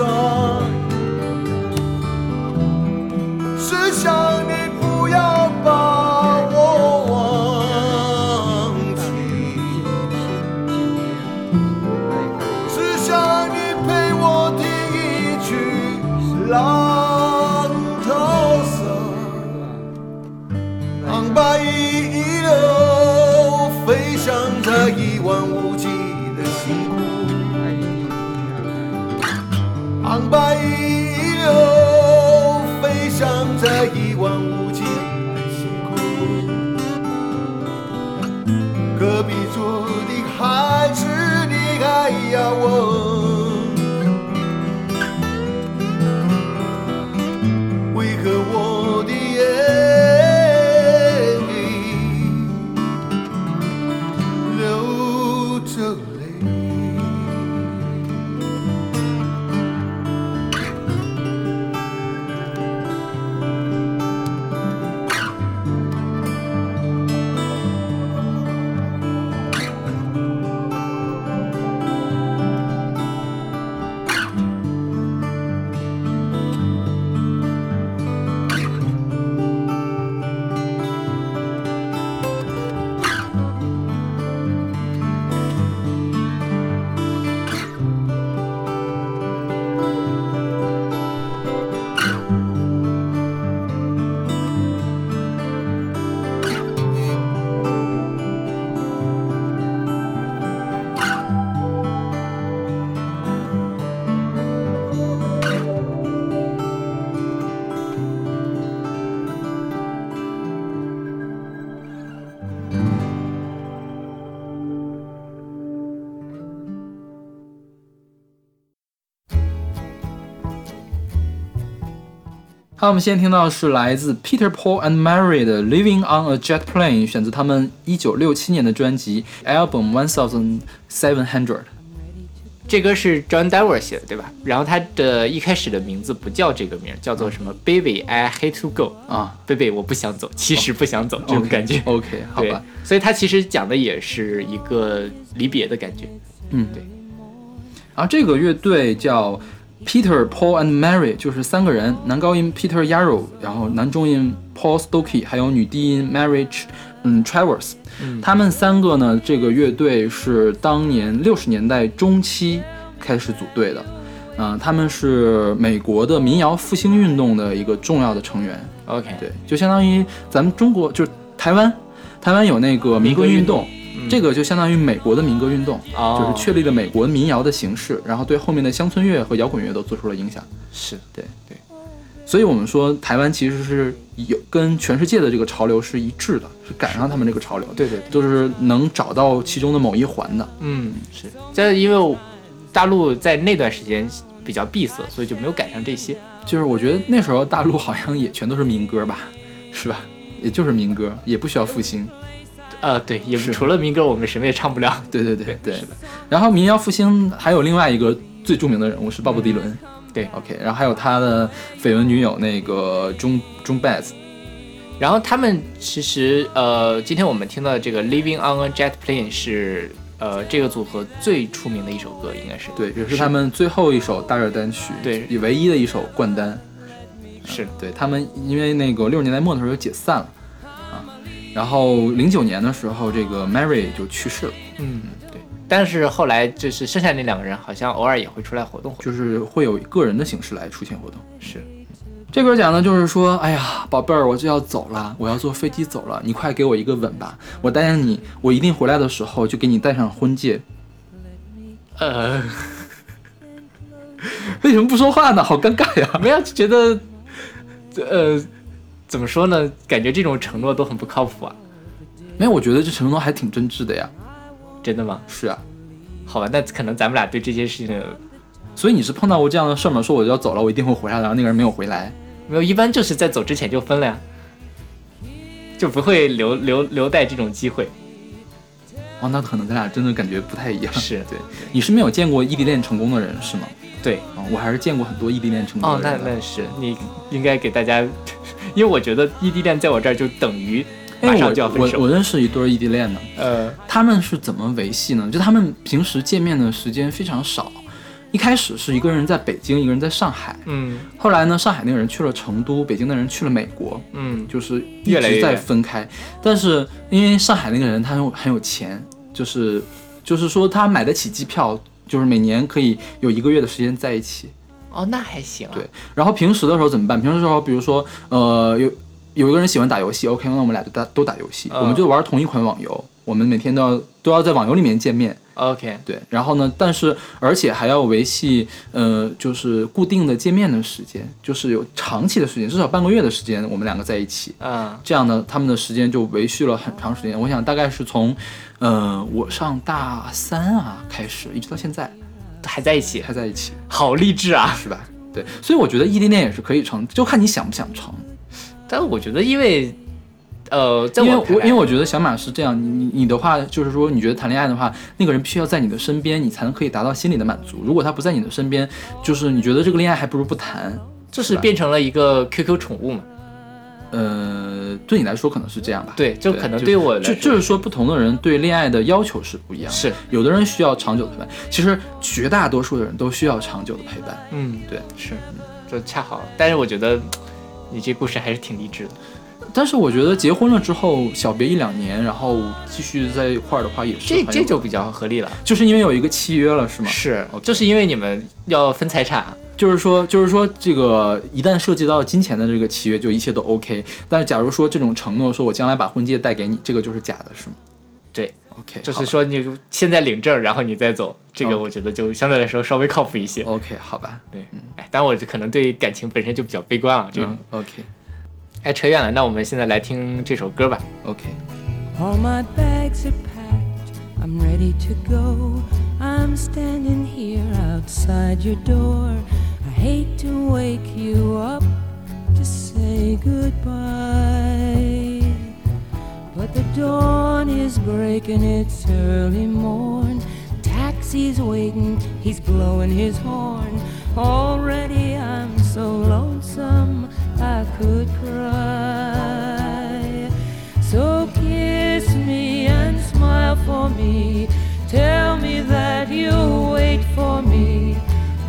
[SPEAKER 4] 只想你不要把我忘记。只想你陪我听一句浪涛声，航班一六飞翔在一望无际的星空，航班一六飞翔在一望无际的星空，隔壁桌的孩子，你爱呀我，为何我的眼里流着泪？
[SPEAKER 2] 好，我们现在听到的是来自 Peter Paul and Mary 的《Living on a Jet Plane》，选自他们一九六七年的专辑 Album One Thousand Seven Hundred。
[SPEAKER 1] 这歌是 John Denver 写的，对吧？然后他的一开始的名字不叫这个名儿，叫做什么？Baby, I hate to go
[SPEAKER 2] 啊
[SPEAKER 1] ，Baby，我不想走，其实不想走，这种感觉。
[SPEAKER 2] OK，好
[SPEAKER 1] 对
[SPEAKER 2] 吧，，
[SPEAKER 1] 所以他其实讲的也是一个离别的感觉。
[SPEAKER 2] 嗯，
[SPEAKER 1] 对。
[SPEAKER 2] 然后这个乐队叫 Peter Paul and Mary，就是三个人，男高音 Peter Yarrow，然后男中音 Paul Stokey，还有女低音 Mary Ch- 嗯 Travers。他们三个呢，这个乐队是当年六十年代中期开始组队的。嗯、他们是美国的民谣复兴运动的一个重要的成员，
[SPEAKER 1] OK，
[SPEAKER 2] 对，就相当于咱们中国，就是台湾，台湾有那个民歌运动，嗯这个就相当于美国的民歌运动，
[SPEAKER 1] 哦
[SPEAKER 2] 就是确立了美国民谣的形式，然后对后面的乡村乐和摇滚乐都做出了影响。
[SPEAKER 1] 是
[SPEAKER 2] 对对，所以我们说台湾其实是有跟全世界的这个潮流是一致的，是赶上他们这个潮流，
[SPEAKER 1] 对对对，
[SPEAKER 2] 都是能找到其中的某一环的。
[SPEAKER 1] 嗯，是。但因为大陆在那段时间比较闭塞，所以就没有赶上这些。
[SPEAKER 2] 就是我觉得那时候大陆好像也全都是民歌吧，是吧？也就是民歌，也不需要复兴。
[SPEAKER 1] 呃，对，也
[SPEAKER 2] 是
[SPEAKER 1] 除了民歌，我们什么也唱不了。
[SPEAKER 2] 对对对
[SPEAKER 1] 是的
[SPEAKER 2] 然后民谣复兴还有另外一个最著名的人物是鲍勃迪伦，
[SPEAKER 1] 嗯对
[SPEAKER 2] ，OK，然后还有他的绯闻女友那个中中 Bass，
[SPEAKER 1] 然后他们其实呃，今天我们听到的这个《Living on a Jet Plane》是呃这个组合最出名的一首歌，应该是
[SPEAKER 2] 对，也是他们最后一首大热单曲，
[SPEAKER 1] 对
[SPEAKER 2] 也唯一的一首冠单，
[SPEAKER 1] 是
[SPEAKER 2] 对他们因为那个六十年代末的时候就解散了啊，然后零九年的时候这个 Mary 就去世了，
[SPEAKER 1] 嗯对。但是后来就是剩下那两个人，好像偶尔也会出来活动活动。
[SPEAKER 2] 就是会有个人的形式来出现活动。
[SPEAKER 1] 是
[SPEAKER 2] 这歌讲的就是说，哎呀，宝贝儿，我就要走了，我要坐飞机走了，你快给我一个吻吧！我答应你，我一定回来的时候就给你戴上婚戒。
[SPEAKER 1] 呃，
[SPEAKER 2] 为什么不说话呢？好尴尬呀！
[SPEAKER 1] 没有觉得呃怎么说呢？感觉这种承诺都很不靠谱啊。
[SPEAKER 2] 没有，我觉得这承诺还挺真挚的呀。
[SPEAKER 1] 真的吗？
[SPEAKER 2] 是啊，
[SPEAKER 1] 好吧，那可能咱们俩对这些事情的
[SPEAKER 2] 所以你是碰到过这样的事儿吗？说我就要走了，我一定会回来的，然后那个人没有回来。
[SPEAKER 1] 没有，一般就是在走之前就分了呀，就不会留留留待这种机会。
[SPEAKER 2] 哦，那可能咱俩真的感觉不太一样。
[SPEAKER 1] 是
[SPEAKER 2] 对，你是没有见过异地恋成功的人是吗？
[SPEAKER 1] 对，
[SPEAKER 2] 啊、我还是见过很多异地恋成功，
[SPEAKER 1] 哦
[SPEAKER 2] 的
[SPEAKER 1] 那
[SPEAKER 2] 人的。
[SPEAKER 1] 那是你应该给大家，因为我觉得异地恋在我这儿就等于马
[SPEAKER 2] 哎，
[SPEAKER 1] 上就要分
[SPEAKER 2] 我我
[SPEAKER 1] 手。
[SPEAKER 2] 我认识一对儿异地恋的，
[SPEAKER 1] 呃，
[SPEAKER 2] 他们是怎么维系呢？就他们平时见面的时间非常少，一开始是一个人在北京，一个人在上海，
[SPEAKER 1] 嗯
[SPEAKER 2] 后来呢，上海那个人去了成都，北京的人去了美国，
[SPEAKER 1] 嗯，
[SPEAKER 2] 就是一
[SPEAKER 1] 越来
[SPEAKER 2] 直
[SPEAKER 1] 越
[SPEAKER 2] 在
[SPEAKER 1] 远
[SPEAKER 2] 分开。但是因为上海那个人他很有很有钱，就是就是说他买得起机票，就是每年可以有一个月的时间在一起。
[SPEAKER 1] 哦，那还行啊。
[SPEAKER 2] 对，然后平时的时候怎么办？平时的时候，比如说，呃，有有一个人喜欢打游戏，OK，那我们俩就打都打游戏，
[SPEAKER 1] 嗯
[SPEAKER 2] 我们就玩同一款网游。我们每天都要都要在网游里面见面，
[SPEAKER 1] OK，
[SPEAKER 2] 对，然后呢，但是而且还要维系呃，就是固定的见面的时间，就是有长期的时间，至少半个月的时间，我们两个在一起。
[SPEAKER 1] 嗯
[SPEAKER 2] 这样呢，他们的时间就维续了很长时间。我想大概是从，呃，我上大三啊开始，一直到现在
[SPEAKER 1] 还在一起，
[SPEAKER 2] 还在一起，
[SPEAKER 1] 好励志啊！
[SPEAKER 2] 是吧？对，所以我觉得异地恋也是可以成，就看你想不想成。
[SPEAKER 1] 但我觉得，因为呃，在
[SPEAKER 2] 因为
[SPEAKER 1] 我
[SPEAKER 2] 我
[SPEAKER 1] 看
[SPEAKER 2] 因
[SPEAKER 1] 来
[SPEAKER 2] 为我觉得小马是这样，你你你的话就是说，你觉得谈恋爱的话，那个人必须要在你的身边，你才能可以达到心里的满足。如果他不在你的身边，就是你觉得这个恋爱还不如不谈。
[SPEAKER 1] 就是
[SPEAKER 2] 吧
[SPEAKER 1] 变成了一个 QQ 宠物嘛。
[SPEAKER 2] 呃，对你来说可能是这样吧。
[SPEAKER 1] 对就可能
[SPEAKER 2] 就
[SPEAKER 1] 对我来
[SPEAKER 2] 就
[SPEAKER 1] 说
[SPEAKER 2] 就是说，不同的人对恋爱的要求是不一样的。
[SPEAKER 1] 是，
[SPEAKER 2] 有的人需要长久的陪伴，其实绝大多数的人都需要长久的陪伴。
[SPEAKER 1] 嗯，
[SPEAKER 2] 对，
[SPEAKER 1] 是，就恰好。但是我觉得你这故事还是挺励志的。
[SPEAKER 2] 但是我觉得结婚了之后，小别一两年，然后继续在一块儿的话，也是
[SPEAKER 1] 这
[SPEAKER 2] 很有
[SPEAKER 1] 这就比较合理了。
[SPEAKER 2] 就是因为有一个契约了，是吗？
[SPEAKER 1] 是
[SPEAKER 2] OK
[SPEAKER 1] 就是因为你们要分财产，啊
[SPEAKER 2] 就是说，就是说，这个一旦涉及到金钱的这个契约，就一切都 OK。但是，假如说这种承诺，说我将来把婚戒带给你，这个就是假的，是吗
[SPEAKER 1] 对，
[SPEAKER 2] ？OK，
[SPEAKER 1] 就
[SPEAKER 2] 好
[SPEAKER 1] 是
[SPEAKER 2] 吧
[SPEAKER 1] 说你现在领证，然后你再走，这个
[SPEAKER 2] 哦
[SPEAKER 1] 我觉得就相对来说稍微靠谱一些。
[SPEAKER 2] OK，好吧，
[SPEAKER 1] 对，哎，但我就可能对感情本身就比较悲观啊。这种
[SPEAKER 2] 嗯，，OK，OK，、
[SPEAKER 1] 哎，扯远了，那我们现在来听这首歌吧。
[SPEAKER 5] All my bags are packed, I'm ready to go. I'm standing here outside your door. I hate to wake you up to say goodbye. But the dawn is breaking, it's early morn. Taxi's waiting, he's blowing his horn. Already I'm so lonesome, I could cry. So kiss me and smile for me. Tell me that you'll wait for me.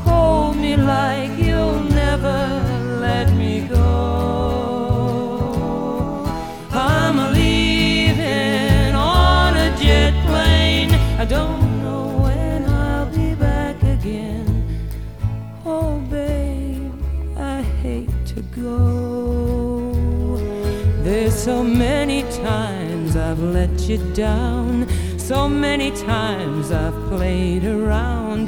[SPEAKER 5] Hold me like you'll never let me go. I'm leaving on a jet plane. I don't know when I'll be back again. Oh, babe, I hate to go. There's so many times I've let you down. So many times I've played around.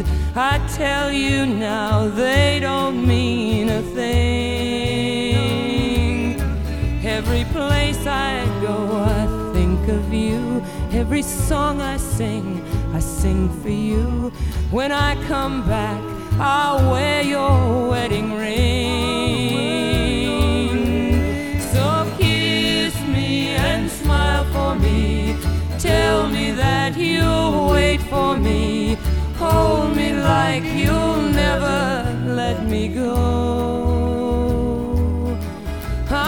[SPEAKER 5] I tell you now, they don't mean a thing. Every place I go, I think of you. Every song I sing, I sing for you. When I come back, I'll wear your wedding ring. So kiss me and smile for me. Tell me that you'll wait for me. Hold me like you'll never let me go.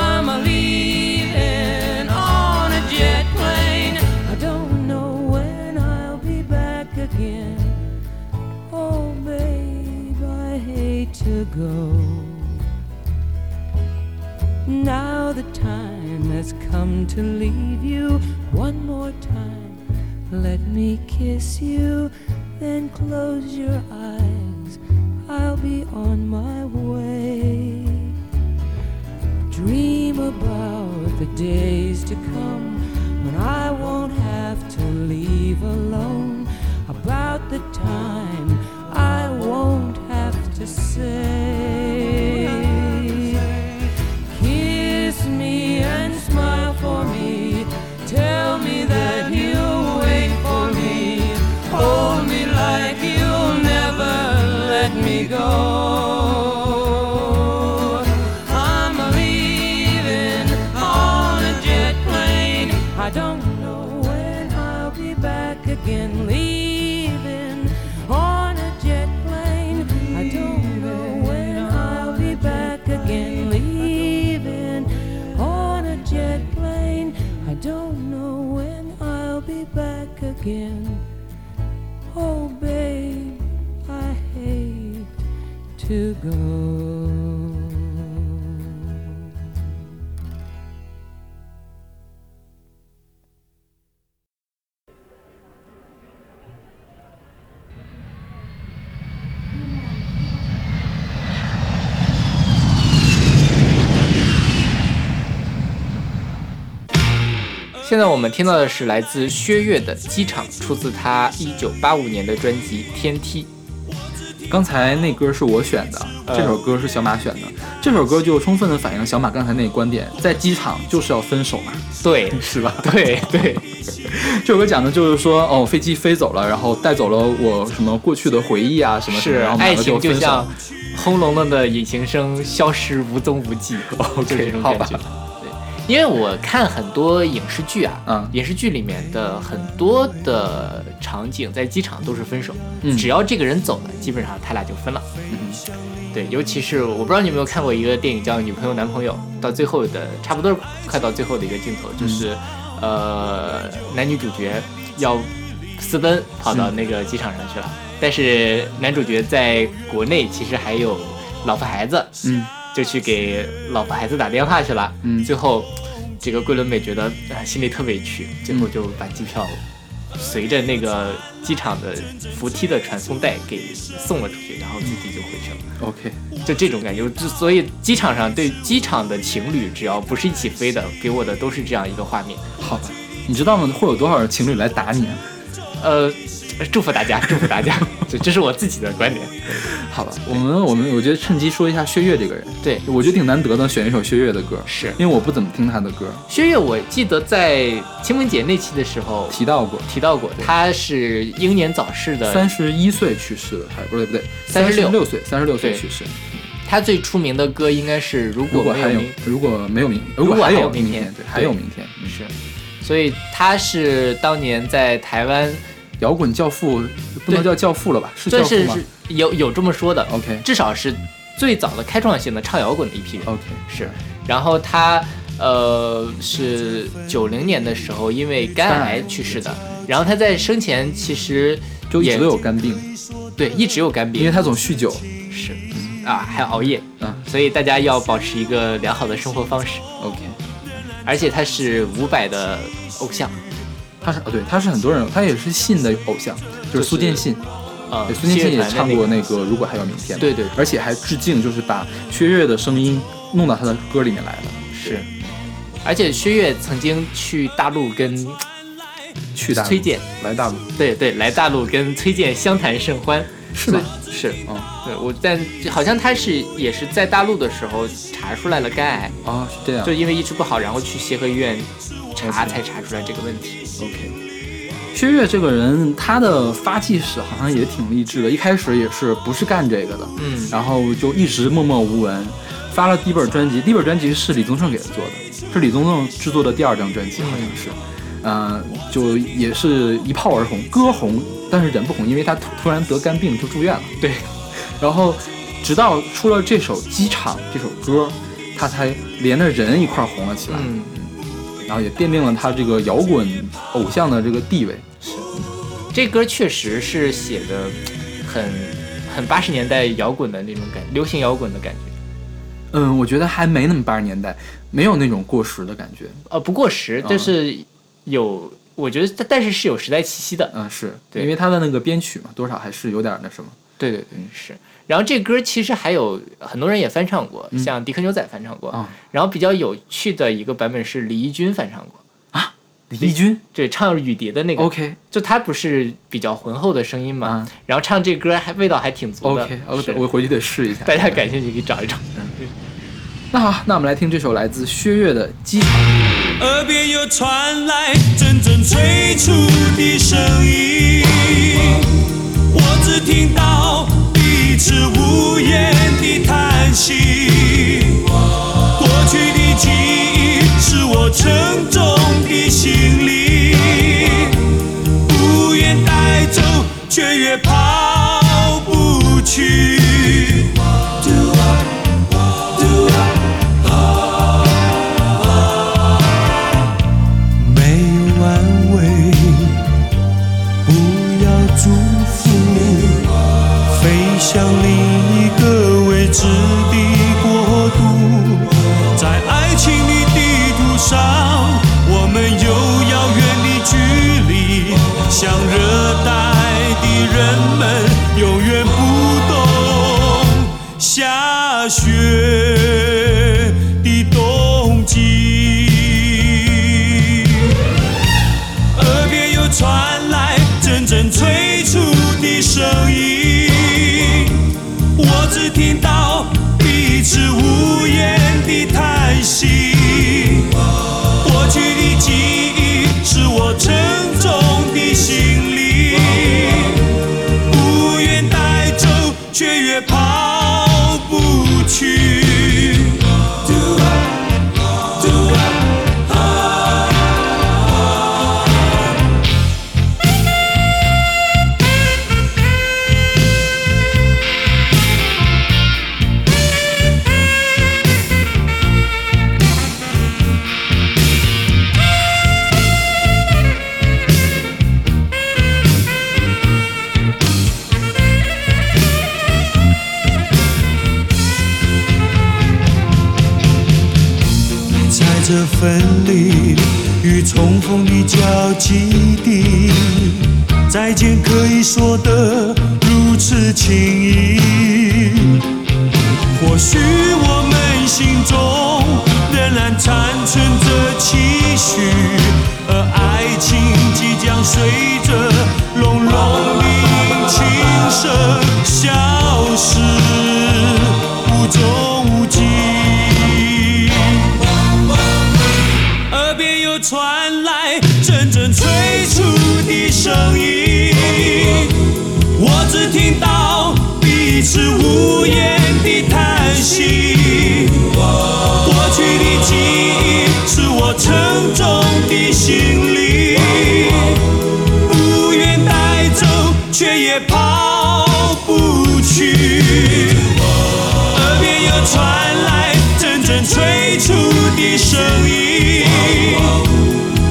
[SPEAKER 5] I'm a leaving on a jet plane. I don't know when I'll be back again. Oh, babe, I hate to go. Now the time has come to leave you one more time. Let me kiss you, then close your eyes. I'll be on my way. Dream about the days to come when I won't have to leave alone. About the time I won't have to say. Kiss me and smile for me. Tell me that you'll wait for me. Hold me like you'll never let me go. I'm leaving on a jet plane. I don't know when I'll be back again. Leaving on a jet plane. I don't know when I'll be back again. Leaving on a jet plane. I don't know when I'll be back again. Oh, babe, I hate to go.
[SPEAKER 1] 现现在我们听到的是来自薛岳的《机场》，出自他一九八五年的专辑《天梯》。
[SPEAKER 2] 刚才那歌是我选的，
[SPEAKER 1] 呃
[SPEAKER 2] 这首歌是小马选的。这首歌就充分的反映了小马刚才那个观点，在机场就是要分手嘛，
[SPEAKER 1] 对
[SPEAKER 2] 是吧？
[SPEAKER 1] 对对，
[SPEAKER 2] 这首歌讲的就是说，哦，飞机飞走了，然后带走了我什么过去的回忆啊，什么什么，
[SPEAKER 1] 是
[SPEAKER 2] 然后我们
[SPEAKER 1] 爱
[SPEAKER 2] 两个
[SPEAKER 1] 情
[SPEAKER 2] 就
[SPEAKER 1] 就
[SPEAKER 2] 分手
[SPEAKER 1] 像轰隆隆的引擎声，消失无踪无 迹，就这种
[SPEAKER 2] 哦好
[SPEAKER 1] 感
[SPEAKER 2] 吧
[SPEAKER 1] 觉。对，因为我看很多影视剧啊，
[SPEAKER 2] 嗯
[SPEAKER 1] 影视剧里面的很多的场景在机场都是分手，
[SPEAKER 2] 嗯
[SPEAKER 1] 只要这个人走了，基本上他俩就分了。
[SPEAKER 2] 嗯
[SPEAKER 1] 对，尤其是我不知道你有没有看过一个电影叫《女朋友男朋友》，到最后的差不多快到最后的一个镜头，就是、呃男女主角要私奔跑到那个机场上去了，但是男主角在国内其实还有老婆孩子，
[SPEAKER 2] 嗯，
[SPEAKER 1] 就去给老婆孩子打电话去了，
[SPEAKER 2] 嗯
[SPEAKER 1] 最后这个桂纶镁觉得啊、心里特委屈，最后就把机票随着那个机场的扶梯的传送带给送了出去，然后自己就回去了。
[SPEAKER 2] 嗯，OK，
[SPEAKER 1] 就这种感觉，就所以机场上对机场的情侣，只要不是一起飞的，给我的都是这样一个画面。
[SPEAKER 2] 好吧。你知道吗？会有多少情侣来打你啊？
[SPEAKER 1] 呃，祝福大家，祝福大家，这这是我自己的观点。
[SPEAKER 2] 好吧，我们我们我觉得趁机说一下薛岳这个人，
[SPEAKER 1] 对，
[SPEAKER 2] 我觉得挺难得的，选一首薛岳的歌，
[SPEAKER 1] 是
[SPEAKER 2] 因为我不怎么听他的歌，
[SPEAKER 1] 薛岳，我记得在清明节那期的时候
[SPEAKER 2] 提到过，
[SPEAKER 1] 提到过，他是英年早逝的。
[SPEAKER 2] 三十一岁去世的，还不对不对，三
[SPEAKER 1] 36
[SPEAKER 2] 六岁，三十六岁
[SPEAKER 1] 对
[SPEAKER 2] 去世。
[SPEAKER 1] 他最出名的歌应该是《如
[SPEAKER 2] 如
[SPEAKER 1] 果
[SPEAKER 2] 果
[SPEAKER 1] 没有
[SPEAKER 2] 还有
[SPEAKER 1] 明》，
[SPEAKER 2] 如果没有明，
[SPEAKER 1] 如果
[SPEAKER 2] 还
[SPEAKER 1] 还有
[SPEAKER 2] 明
[SPEAKER 1] 明天
[SPEAKER 2] 对，
[SPEAKER 1] 对
[SPEAKER 2] 还有明天。
[SPEAKER 1] 是，所以他是当年在台湾，
[SPEAKER 2] 摇滚教父不能
[SPEAKER 1] 对
[SPEAKER 2] 叫教父了吧？是教
[SPEAKER 1] 算
[SPEAKER 2] 父
[SPEAKER 1] 是
[SPEAKER 2] 吗哦
[SPEAKER 1] 是有有这么说的
[SPEAKER 2] OK
[SPEAKER 1] 至少是最早的开创性的唱摇滚的一批人。
[SPEAKER 2] ？OK，
[SPEAKER 1] 是，然后他呃是九零年的时候因为肝癌去世的，然后他在生前其实
[SPEAKER 2] 就一
[SPEAKER 1] 也
[SPEAKER 2] 直都有肝病，
[SPEAKER 1] 对一直有肝
[SPEAKER 2] 因为
[SPEAKER 1] 病，
[SPEAKER 2] 他总酗酒。
[SPEAKER 1] 是啊还有熬夜，
[SPEAKER 2] 嗯
[SPEAKER 1] 所以大家要保持一个良好的生活方式，
[SPEAKER 2] ，OK，
[SPEAKER 1] 而且他是伍佰的偶像，
[SPEAKER 2] 他是哦，对，他是很多人，他也是信的偶像，就是苏建信。
[SPEAKER 1] 呃，
[SPEAKER 2] 对，苏建
[SPEAKER 1] 信
[SPEAKER 2] 信
[SPEAKER 1] 乐
[SPEAKER 2] 也
[SPEAKER 1] 团的
[SPEAKER 2] 唱
[SPEAKER 1] 那
[SPEAKER 2] 过
[SPEAKER 1] 个
[SPEAKER 2] 那个《如果还有明天》，
[SPEAKER 1] 对对对
[SPEAKER 2] 而且还致敬，就是把薛岳的声音弄到他的歌里面来了。
[SPEAKER 1] 是。而且薛岳曾经去大陆跟，
[SPEAKER 2] 去大陆
[SPEAKER 1] 崔健
[SPEAKER 2] 来大陆
[SPEAKER 1] 对对，来大陆跟崔健相谈甚欢，
[SPEAKER 2] 是吗？
[SPEAKER 1] 是，
[SPEAKER 2] 啊
[SPEAKER 1] 对我但好像他是也是在大陆的时候查出来了肝癌，
[SPEAKER 2] 啊，是这样
[SPEAKER 1] 就。因为一直不好，然后去协和医院
[SPEAKER 2] 嗯
[SPEAKER 1] 查才查出来这个问题。
[SPEAKER 2] OK，薛岳这个人，他的发迹史好像也挺励志的。一开始也是不是干这个的，
[SPEAKER 1] 嗯
[SPEAKER 2] 然后就一直默默无闻。发了第一本专辑，第一本专辑是李宗盛给他做的，是李宗盛制作的第二张专辑，好像是。
[SPEAKER 1] 嗯
[SPEAKER 2] 呃，就也是一炮而红，歌红，但是人不红，因为他突突然得肝病就住院了。
[SPEAKER 1] 对，
[SPEAKER 2] 然后直到出了这首《机场》这首歌，他才连着人一块儿红了起来。
[SPEAKER 1] 嗯，
[SPEAKER 2] 然后也奠定了他这个摇滚偶像的这个地位。
[SPEAKER 1] 这歌确实是写的很很八十年代摇滚的那种感，流行摇滚的感觉。
[SPEAKER 2] 嗯，我觉得还没那么八十年代，没有那种过时的感觉。
[SPEAKER 1] 呃，不过时，
[SPEAKER 2] 啊
[SPEAKER 1] 但是有，我觉得但但是是有时代气息的。
[SPEAKER 2] 嗯，是
[SPEAKER 1] 对
[SPEAKER 2] 因为他的那个编曲嘛，多少还是有点那什么。
[SPEAKER 1] 对对对，嗯是。然后这歌其实还有很多人也翻唱过，
[SPEAKER 2] 嗯
[SPEAKER 1] 像迪克牛仔翻唱过，
[SPEAKER 2] 啊
[SPEAKER 1] 然后比较有趣的一个版本是李翊君翻唱过，
[SPEAKER 2] 李翊君
[SPEAKER 1] 对，唱雨蝶的那个。
[SPEAKER 2] ，OK
[SPEAKER 1] 就他不是比较浑厚的声音嘛，
[SPEAKER 2] 哦啊
[SPEAKER 1] 然后唱这歌还味道还挺足的。
[SPEAKER 2] OK，
[SPEAKER 1] 是
[SPEAKER 2] 我回去得试一下。
[SPEAKER 1] 大家感兴趣可以找一找。
[SPEAKER 2] 那好，那我们来听这首来自薛岳的《机场》。
[SPEAKER 6] 耳边又传来阵阵催促的声音，我只听到彼此无言的叹息。过去的记忆是我沉重的行李，不愿带走，却越抛不去。Do I, do I 没有安慰，不要祝福，飞向另一个未知的惜。过去的记忆是我沉重的行李，不愿带走，却越抛不去。Do I, do I, 在这分离与重逢的交集地，再见可以说得如此轻易。或许我们心中仍然残存着期许，而爱情即将随着隆隆的琴声消失，无踪无迹。耳边又传来阵阵催促的声音，我只听到彼此无言的叹息。过去的记忆是我沉重的行李，不愿带走，却也抛不去。耳边又传来阵阵催促的声音，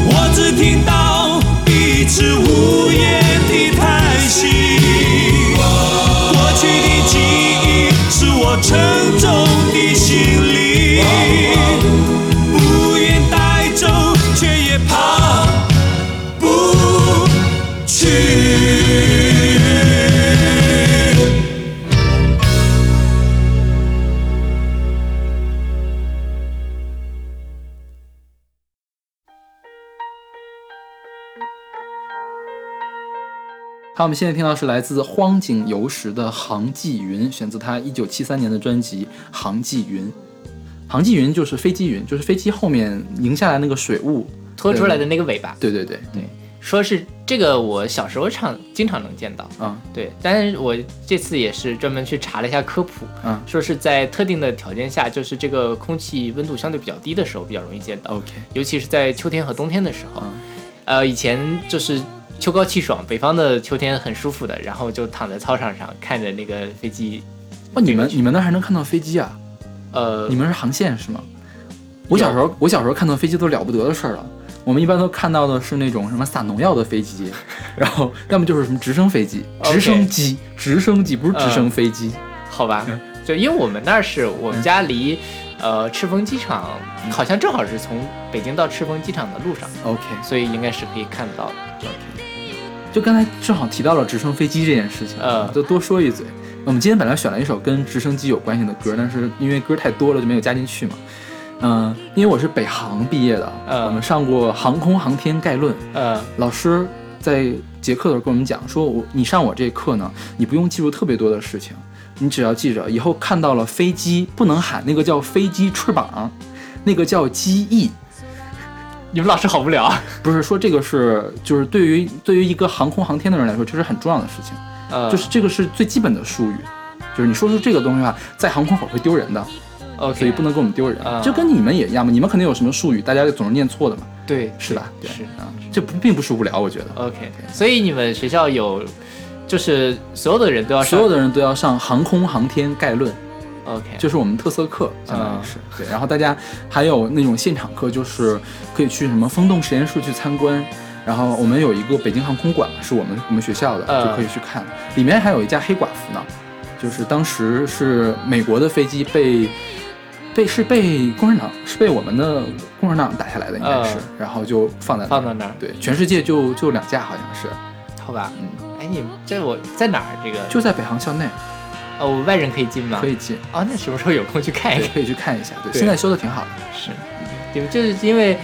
[SPEAKER 6] 我只听到彼此无言的叹息。过去的记忆是我沉重的行李，不愿带走，却也抛不去。
[SPEAKER 2] 好，我们现在听到是来自荒井由实的《航迹云》，选自他一九七三年的专辑《航迹云》。航迹云就是飞机云，就是飞机后面凝下来那个水雾
[SPEAKER 1] 拖出来的。那个尾巴，
[SPEAKER 2] 对对对对，
[SPEAKER 1] 说是这个，我小时候常经常能见到。
[SPEAKER 2] 啊
[SPEAKER 1] 对，但是我这次也是专门去查了一下科普，
[SPEAKER 2] 嗯
[SPEAKER 1] 说是在特定的条件下，就是这个空气温度相对比较低的时候比较容易见到，
[SPEAKER 2] ，OK，
[SPEAKER 1] 尤其是在秋天和冬天的时候。
[SPEAKER 2] 嗯
[SPEAKER 1] 呃，以前就是秋高气爽，北方的秋天很舒服的，然后就躺在操场上看着那个飞机，
[SPEAKER 2] 哦，你们你们那还能看到飞机啊？
[SPEAKER 1] 呃，
[SPEAKER 2] 你们是航线是吗？我小时候我小时候看到飞机都了不得的事儿了。我们一般都看到的是那种什么撒农药的飞机，然后要么就是什么直升飞机、
[SPEAKER 1] OK
[SPEAKER 2] 直升机、直升机，不是直升飞机。
[SPEAKER 1] 好吧，
[SPEAKER 2] 嗯
[SPEAKER 1] 就因为我们那儿是我们家离，呃，赤峰机场好像正好是从北京到赤峰机场的路上，
[SPEAKER 2] OK，
[SPEAKER 1] 所以应该是可以看得到的。
[SPEAKER 2] 就刚才正好提到了直升飞机这件事情，
[SPEAKER 1] 嗯
[SPEAKER 2] 就多说一嘴。我们今天本来选了一首跟直升机有关系的歌，但是因为歌太多了就没有加进去嘛。嗯、因为我是北航毕业的，
[SPEAKER 1] 嗯
[SPEAKER 2] 我们上过《航空航天概论》，
[SPEAKER 1] 呃，
[SPEAKER 2] 老师在结课的时候跟我们讲说，我你上我这课呢，你不用记住特别多的事情，你只要记着以后看到了飞机不能喊那个叫飞机翅膀，那个叫机翼。
[SPEAKER 1] 你们老师好无聊啊。
[SPEAKER 2] 不是说这个是，就是对于对于一个航空航天的人来说，这是很重要的事情，
[SPEAKER 1] 呃，
[SPEAKER 2] 就是这个是最基本的术语，就是你说出这个东西啊，在航空口会丢人的，
[SPEAKER 1] OK，
[SPEAKER 2] 所以不能给我们丢人
[SPEAKER 1] 啊，
[SPEAKER 2] 就跟你们也一样嘛，你们肯定有什么术语，大家总是念错的嘛，
[SPEAKER 1] 对
[SPEAKER 2] 是吧？对
[SPEAKER 1] 是
[SPEAKER 2] 啊，这不并不是无聊，我觉得。
[SPEAKER 1] OK，所以你们学校有，就是所有的人都要上
[SPEAKER 2] 所有的人都要啊上《航空航天概论》，
[SPEAKER 1] OK，
[SPEAKER 2] 就是我们特色课，相当啊于是、对。然后大家还有那种现场课，就是可以去什么风洞实验室去参观。然后我们有一个北京航空馆，是我们我们学校的，
[SPEAKER 1] 嗯
[SPEAKER 2] 就可以去看。里面还有一架黑寡妇呢，就是当时是美国的飞机被被是被共产党是被我们的共产党打下来的，应该是，
[SPEAKER 1] 嗯
[SPEAKER 2] 然后就放在那儿
[SPEAKER 1] 放到那儿，
[SPEAKER 2] 对，全世界就就两架好像是，
[SPEAKER 1] 好吧？
[SPEAKER 2] 嗯，
[SPEAKER 1] 哎，你们这我在哪儿？这个
[SPEAKER 2] 就在北航校内
[SPEAKER 1] 哦，我外人可以进吗？
[SPEAKER 2] 可。以进，
[SPEAKER 1] 哦，那什么时候有空去看一
[SPEAKER 2] 对，
[SPEAKER 1] 看？
[SPEAKER 2] 可以去看一下。哎对，
[SPEAKER 1] 对
[SPEAKER 2] 现在修的挺好的。
[SPEAKER 1] 是，对，就是因为，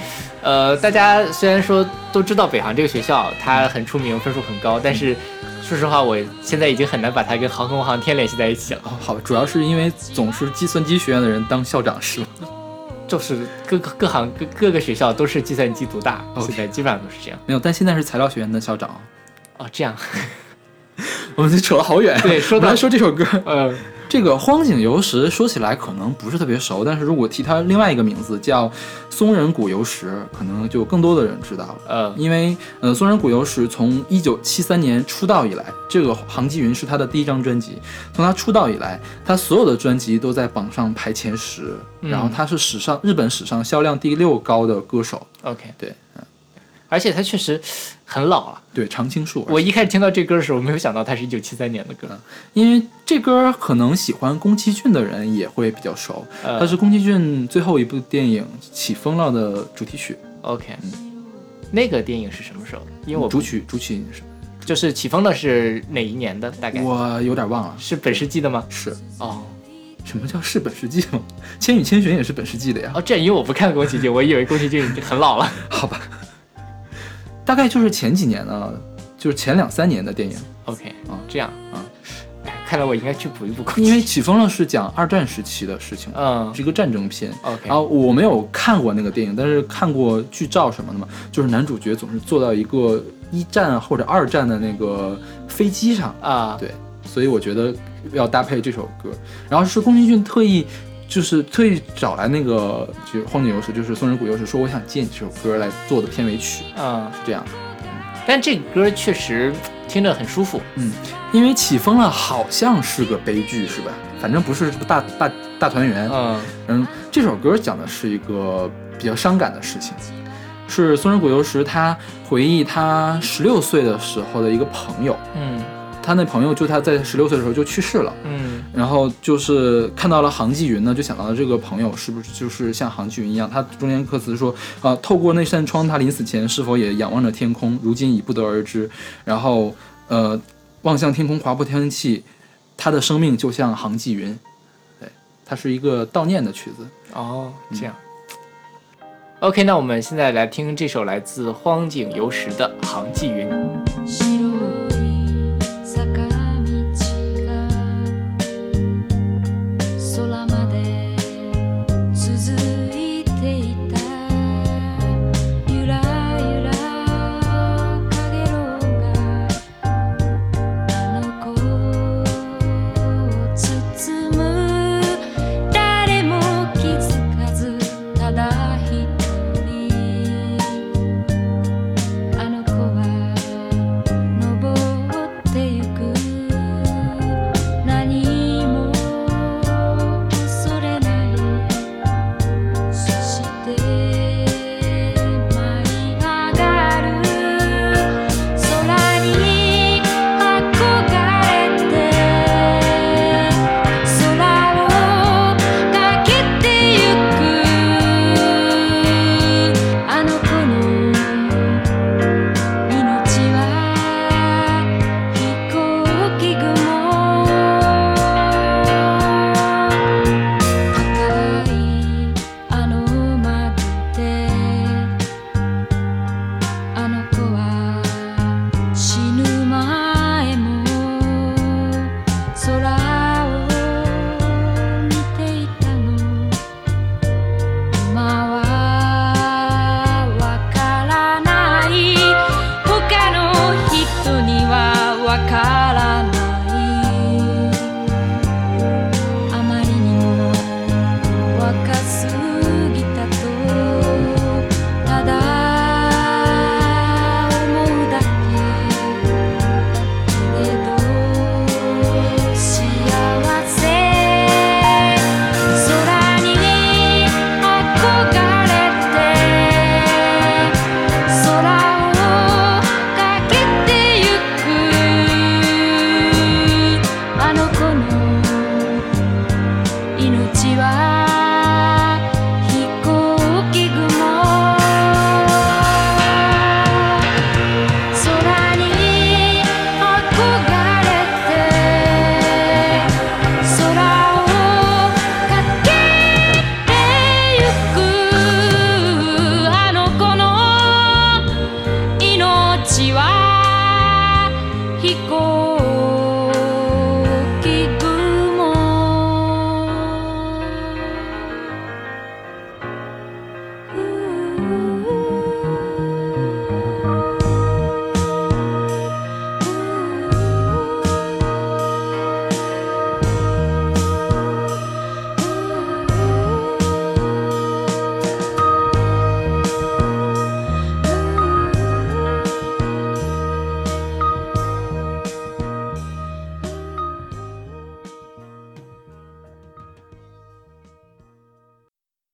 [SPEAKER 1] 呃，大家虽然说都知道北航这个学校它
[SPEAKER 2] 嗯
[SPEAKER 1] 很出名，分数很高，但是说实话，我现在已经很难把它跟航空航天联系在一起了。
[SPEAKER 2] 哦，好吧，主要是因为总是计算机学院的人当校长是吗？
[SPEAKER 1] 就是各个各行各各个学校都是计算机独大
[SPEAKER 2] OK
[SPEAKER 1] 现在基本上都是这样。
[SPEAKER 2] 没有，但现在是材料学院的校长。
[SPEAKER 1] 哦，这样，
[SPEAKER 2] 我们就扯了好远。啊
[SPEAKER 1] 对说
[SPEAKER 2] 我
[SPEAKER 1] 到
[SPEAKER 2] 们来说这首歌，
[SPEAKER 1] 呃，
[SPEAKER 2] 这个《荒井由实》说起来可能不是特别熟，但是如果提它另外一个名字叫松仁谷由实，可能就更多的人知道了。
[SPEAKER 1] 呃，
[SPEAKER 2] 因为呃，松仁谷由实从一九七三年出道以来，这个杭纪云是他的第一张专辑。从他出道以来，他所有的专辑都在榜上排前十，
[SPEAKER 1] 嗯
[SPEAKER 2] 然后他是史上日本史上销量第六高的歌手。
[SPEAKER 1] OK，
[SPEAKER 2] 对，
[SPEAKER 1] 而且他确实很老了。
[SPEAKER 2] 对，常青树。
[SPEAKER 1] 我一嗯开始听到这歌的时候，没有想到它是一九七三年的歌。
[SPEAKER 2] 因为这歌可能喜欢宫崎骏的人也会比较熟，
[SPEAKER 1] 呃
[SPEAKER 2] 它是宫崎骏最后一部电影《起风浪》的主题曲，
[SPEAKER 1] OK，那个电影是什么时候的？因为我
[SPEAKER 2] 主曲主曲是，
[SPEAKER 1] 就是起风了是哪一年的？大概
[SPEAKER 2] 我有点忘了，
[SPEAKER 1] 是本世纪的吗？
[SPEAKER 2] 是
[SPEAKER 1] 哦
[SPEAKER 2] 什么叫是本世纪吗？ 《千与千寻》也是本世纪的呀，
[SPEAKER 1] 哦，这样因为我不看宫崎骏，我以为宫崎骏已经很老了。
[SPEAKER 2] 好吧，大概就是前几年呢，就是前两三年的电影，
[SPEAKER 1] OK，哦
[SPEAKER 2] 啊
[SPEAKER 1] 这样
[SPEAKER 2] 啊，
[SPEAKER 1] 哎看来我应该去补一补宫崎
[SPEAKER 2] 因
[SPEAKER 1] 骏。
[SPEAKER 2] 为《起风浪》是讲二战时期的事情，
[SPEAKER 1] 嗯
[SPEAKER 2] 是一个战争片。
[SPEAKER 1] ，OK，
[SPEAKER 2] 然后我没有看过那个电影，但是看过剧照什么的嘛，就是男主角总是坐到一个一战或者二战的那个飞机上，
[SPEAKER 1] 啊，
[SPEAKER 2] 对，所以我觉得要搭配这首歌。然后是宫崎骏特意就是特意找来那个就是荒井由实，就是松仁谷由实，说我想借你这首歌来做的片尾曲，
[SPEAKER 1] 嗯，
[SPEAKER 2] 这样。
[SPEAKER 1] 但这个歌确实听着很舒服。
[SPEAKER 2] 因为起风了，好像是个悲剧是吧？反正不是什么大大大团圆。
[SPEAKER 1] 嗯
[SPEAKER 2] 嗯，这首歌讲的是一个比较伤感的事情，是松仁谷由实他回忆他十六岁的时候的一个朋友，
[SPEAKER 1] 嗯
[SPEAKER 2] 他那朋友就他在十六岁的时候就去世了。
[SPEAKER 1] 嗯
[SPEAKER 2] 然后就是看到了杭纪云呢，就想到了这个朋友是不是就是像杭纪云一样？他中间歌词说，啊，透过那扇窗，他临死前是否也仰望着天空？如今已不得而知。然后，呃，望向天空，划破天际，他的生命就像杭纪云。对，它是一个悼念的曲子。
[SPEAKER 1] 哦，这样。OK，那我们现在来听这首来自荒井由实的《杭纪云》。
[SPEAKER 3] 白い坂道が空まで続いていたゆらゆら影ろうがあの子を包む誰も気づかずただ一人あの子は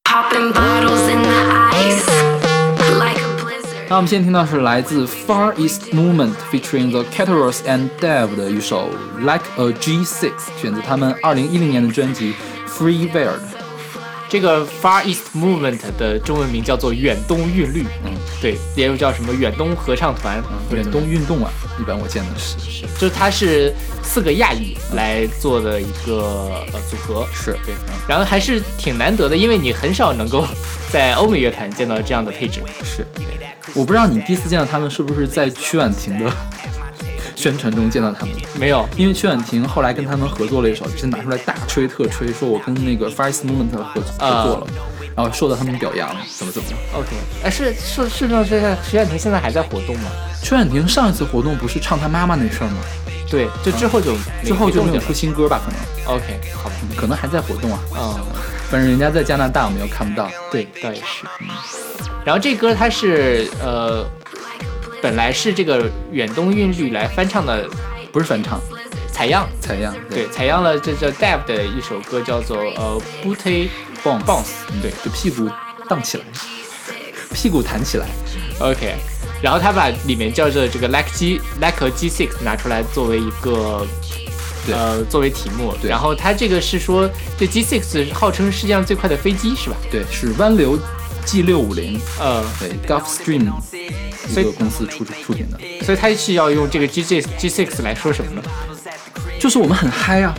[SPEAKER 7] popping bottles in the ice like a blizzard.
[SPEAKER 2] 那我们现在听到是来自 Far East Movement featuring the Caterers and Dev 的一首 Like a G6，选自他们2010年的专辑 Free Bird。
[SPEAKER 1] 这个 Far East Movement 的中文名叫做远东韵律，嗯，对，也有叫什么远东合唱团，或者
[SPEAKER 2] 远
[SPEAKER 1] 怎么
[SPEAKER 2] 东运动啊，一般我见的是是
[SPEAKER 1] 就是它是四个亚裔来做的一个呃组合，
[SPEAKER 2] 是对，嗯
[SPEAKER 1] 然后还是挺难得的，因为你很少能够在欧美乐坛见到这样的配置。
[SPEAKER 2] 是。我不知道你第一次见到他们是不是在曲婉婷的 宣传中见到他们，
[SPEAKER 1] 没有，
[SPEAKER 2] 因为曲婉婷后来跟他们合作了一首，就是拿出来大吹特吹，说我跟那个 Far East Movement 合合作了，然后受到他们表扬，怎么怎么样。
[SPEAKER 1] OK，哎，是是是说这个徐婉婷现在还在活动吗？
[SPEAKER 2] 曲婉婷上一次活动不是唱她妈妈那事儿吗？
[SPEAKER 1] 对，就嗯之后就、
[SPEAKER 2] 之后就没有
[SPEAKER 1] 动静
[SPEAKER 2] 出新歌吧？可能。
[SPEAKER 1] 了。OK，好吧，
[SPEAKER 2] 可能还在活动啊，
[SPEAKER 1] 嗯，
[SPEAKER 2] 反正人家在加拿大，我们又看不到。
[SPEAKER 1] 对，倒也是。然后这歌它是呃，本来是这个远东韵律来翻唱的
[SPEAKER 2] 不是翻唱，
[SPEAKER 1] 采样，
[SPEAKER 2] 采样。
[SPEAKER 1] 对，采样了这叫 Dab 的一首歌，叫做呃 Booty
[SPEAKER 2] ，bounce
[SPEAKER 1] Bounce，对
[SPEAKER 2] 对，就屁股荡起来，屁股弹起来。
[SPEAKER 1] ，OK。然后他把里面叫做这个 Like G Like a G6 拿出来作为一个
[SPEAKER 2] 对
[SPEAKER 1] 呃作为题目，
[SPEAKER 2] 对
[SPEAKER 1] 然后他这个是说这 G6 号称世界上最快的飞机是吧？
[SPEAKER 2] 对，是湾流 G 六五零，
[SPEAKER 1] 呃，
[SPEAKER 2] 对，Gulfstream 一
[SPEAKER 1] 所以
[SPEAKER 2] 个公司出出品的，
[SPEAKER 1] 所以他是要用这个 G6 G6 来说什么呢？
[SPEAKER 2] 就是我们很嗨啊。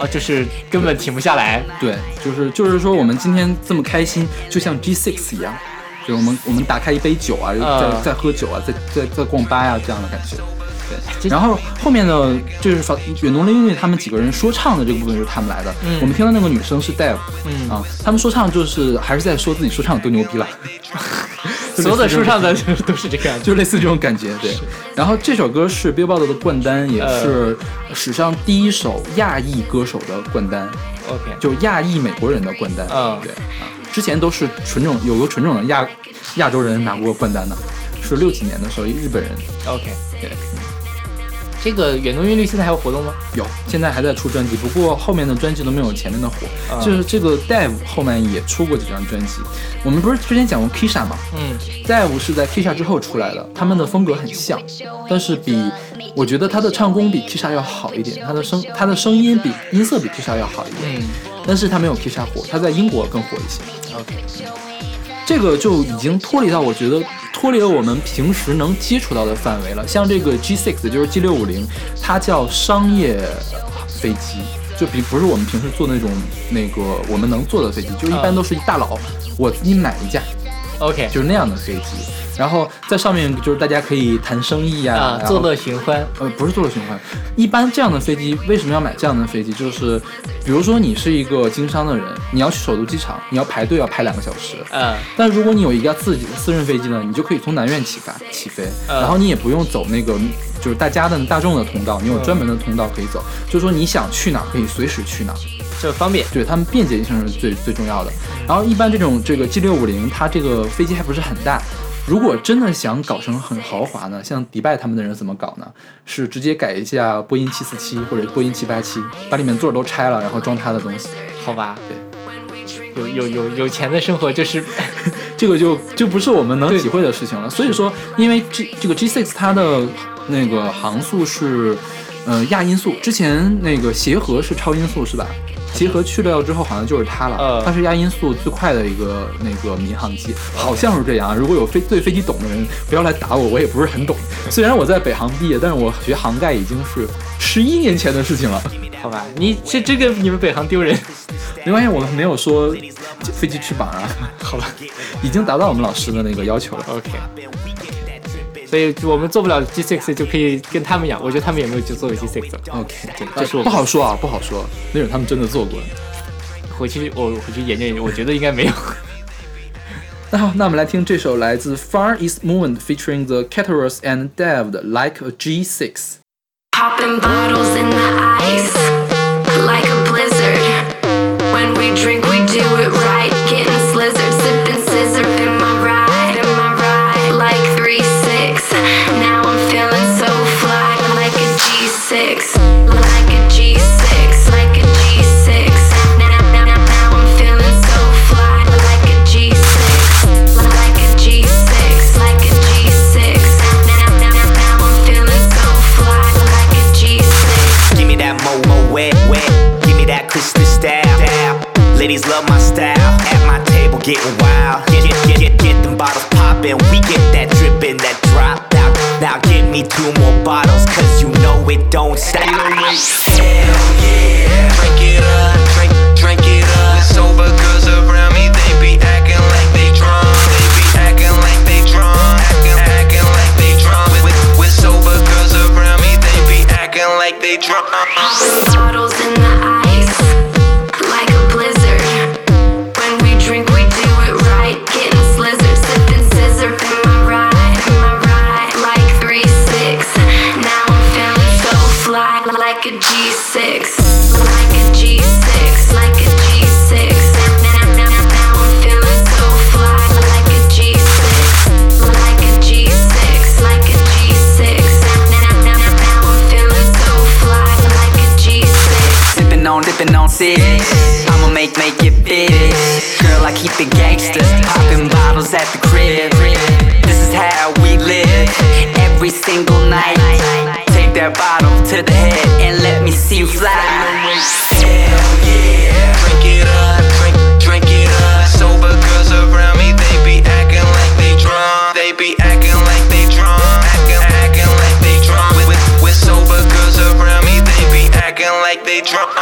[SPEAKER 1] 啊，就是根本停不下来。
[SPEAKER 2] 对，就是就是说我们今天这么开心，就像 G6 一样。就我们我们打开一杯酒啊，
[SPEAKER 1] 呃
[SPEAKER 2] 在在喝酒啊，在在在逛吧呀、这样的感觉。对，然后后面的就是法远东音乐他们几个人说唱的这个部分就是他们来的。我们听到那个女生是 Dev，
[SPEAKER 1] 嗯
[SPEAKER 2] 啊，他们说唱就是还是在说自己说唱有多牛逼 了。就类似
[SPEAKER 1] 所有的
[SPEAKER 2] 这
[SPEAKER 1] 书
[SPEAKER 2] 种
[SPEAKER 1] 上的 都是这个样子。
[SPEAKER 2] 就类似这种感觉，对。然后这首歌是 Billboard 的冠单，也
[SPEAKER 1] 呃
[SPEAKER 2] 是史上第一首亚裔歌手的冠单，
[SPEAKER 1] OK，
[SPEAKER 2] 就亚裔美国人的冠单。
[SPEAKER 1] 嗯
[SPEAKER 2] 对啊，之前都是纯种，有个纯种的亚亚洲人拿过冠单的，是六几年的时候，一日本人
[SPEAKER 1] OK，
[SPEAKER 2] 对
[SPEAKER 1] 这个远东韵律现在还有活动吗？
[SPEAKER 2] 有，现在还在出专辑，不过后面的专辑都没有前面的火。
[SPEAKER 1] 嗯
[SPEAKER 2] 就是这个 Dave 后面也出过几张专辑，我们不是之前讲过 Kisha 吗？
[SPEAKER 1] 嗯，
[SPEAKER 2] Dave 是在 Kisha 之后出来的，他们的风格很像，但是比我觉得他的唱功比 Kisha 要好一点，他的声他的声音比音色比 Kisha 要好一点，
[SPEAKER 1] 嗯
[SPEAKER 2] 但是他没有 Kisha 火，他在英国更火一些。这个就已经脱离到我觉得脱离了我们平时能接触到的范围了。像这个 G6 就是 G 六五零，它叫商业飞机，就比不是我们平时坐那种那个我们能坐的飞机，就是一般都是一大佬，我自己买一架，
[SPEAKER 1] ，OK，
[SPEAKER 2] 就是那样的飞机。然后在上面就是大家可以谈生意呀、
[SPEAKER 1] 啊，
[SPEAKER 2] 然后
[SPEAKER 1] 作乐寻欢。
[SPEAKER 2] 呃不是坐乐循环。一般这样的飞机为什么要买这样的飞机？就是比如说你是一个经商的人，你要去首都机场，你要排队要排两个小时。
[SPEAKER 1] 嗯
[SPEAKER 2] 但如果你有一架自己的私人飞机呢，你就可以从南苑起发起飞，
[SPEAKER 1] 呃
[SPEAKER 2] 然后你也不用走那个就是大家的大众的通道，你有专门的通道可以走，就是说你想去哪儿可以随时去哪儿。
[SPEAKER 1] 这方便。
[SPEAKER 2] 对他们便捷性是最最重要的。然后一般这种这个 G 六五零，它这个飞机还不是很大。如果真的想搞成很豪华呢，像迪拜他们的人怎么搞呢？是直接改一架波音七四七或者波音七八七，把里面座儿都拆了，然后装他的东西。
[SPEAKER 1] 好吧，有有有有钱的生活就是，
[SPEAKER 2] 这个就就不是我们能
[SPEAKER 1] 对
[SPEAKER 2] 体会的事情了。所以说，因为 G 这个 G6 它的那个航速是呃亚音速，之前那个协和是超音速是吧？协和去掉之后好像就是它了
[SPEAKER 1] 呃，
[SPEAKER 2] 它是亚音速最快的一个那个民航机，好像是这样啊。如果有飞对飞机懂的人，不要来打我，我也不是很懂。虽然我在北航毕业，但是我学航概已经是十一年前的事情了。
[SPEAKER 1] 好吧，你这这个你们北航丢人。
[SPEAKER 2] 没关系，我们没有说飞机翅膀啊， 好吧，已经达到我们老师的那个要求了。
[SPEAKER 1] OK，所以我们做不了 G6 就可以跟他们养，我觉得他们也没有去做 G6 了。
[SPEAKER 2] OK，这
[SPEAKER 1] 这是我
[SPEAKER 2] 哦不好说啊，不好说，没准他们真的做过。
[SPEAKER 1] 回去我回去研究研究，我觉得应该没有。
[SPEAKER 2] 那好，那我们来听这首来自 Far East Movement featuring the Caterers and Dev 的 Like a G6。
[SPEAKER 7] Popping bottles in the ice like a blizzard. When we drink, we do it right. Getting slizzard, sipping scissor in my ride, in my ride. Like 3 6. Now I'm feeling so fly. Like a G6. Like a G6. Like a G6. Now, now, now, now I'm feeling so fly.
[SPEAKER 8] gon' get wild. Get, get, get, get, get them bottles poppin'. We get that drippin', that drop out. Now give me two more bottles, cause you know it don't stop. Hell yeah. Drink it up, drink, drink it up. Sober girls around me, they be acting like they drunk. They be acting like they drunk. Acting, acting like they drunk. With, with, with sober girls around me, they be acting like they drunk. Bottles in the ice, like a blizzard. When we drink, we do it right. Getting slizzard, sipping scissor. Am I right? Am I right? Like 3 6. Now I'm feeling so fly. Like a G6. Like a G6. Like a G6. Now, now, now, now I'm feeling so fly. Like a G6. Like a G6. Like a G6. Now, now, now, now I'm feeling so fly. Like a G6.
[SPEAKER 9] sipping on, dipping on six. I'ma make, make it fit. Girl, I keep it gangster, popping bottles at the crib. This is how we live every single night. Take that bottle to the head and let me see you fly.
[SPEAKER 8] Hell yeah. Drink it up, drink, drink it up. Sober girls around me, they be acting like they drunk. They be acting like they drunk. Acting, acting like they drunk. With, with, with sober girls around me, they be acting like they drunk.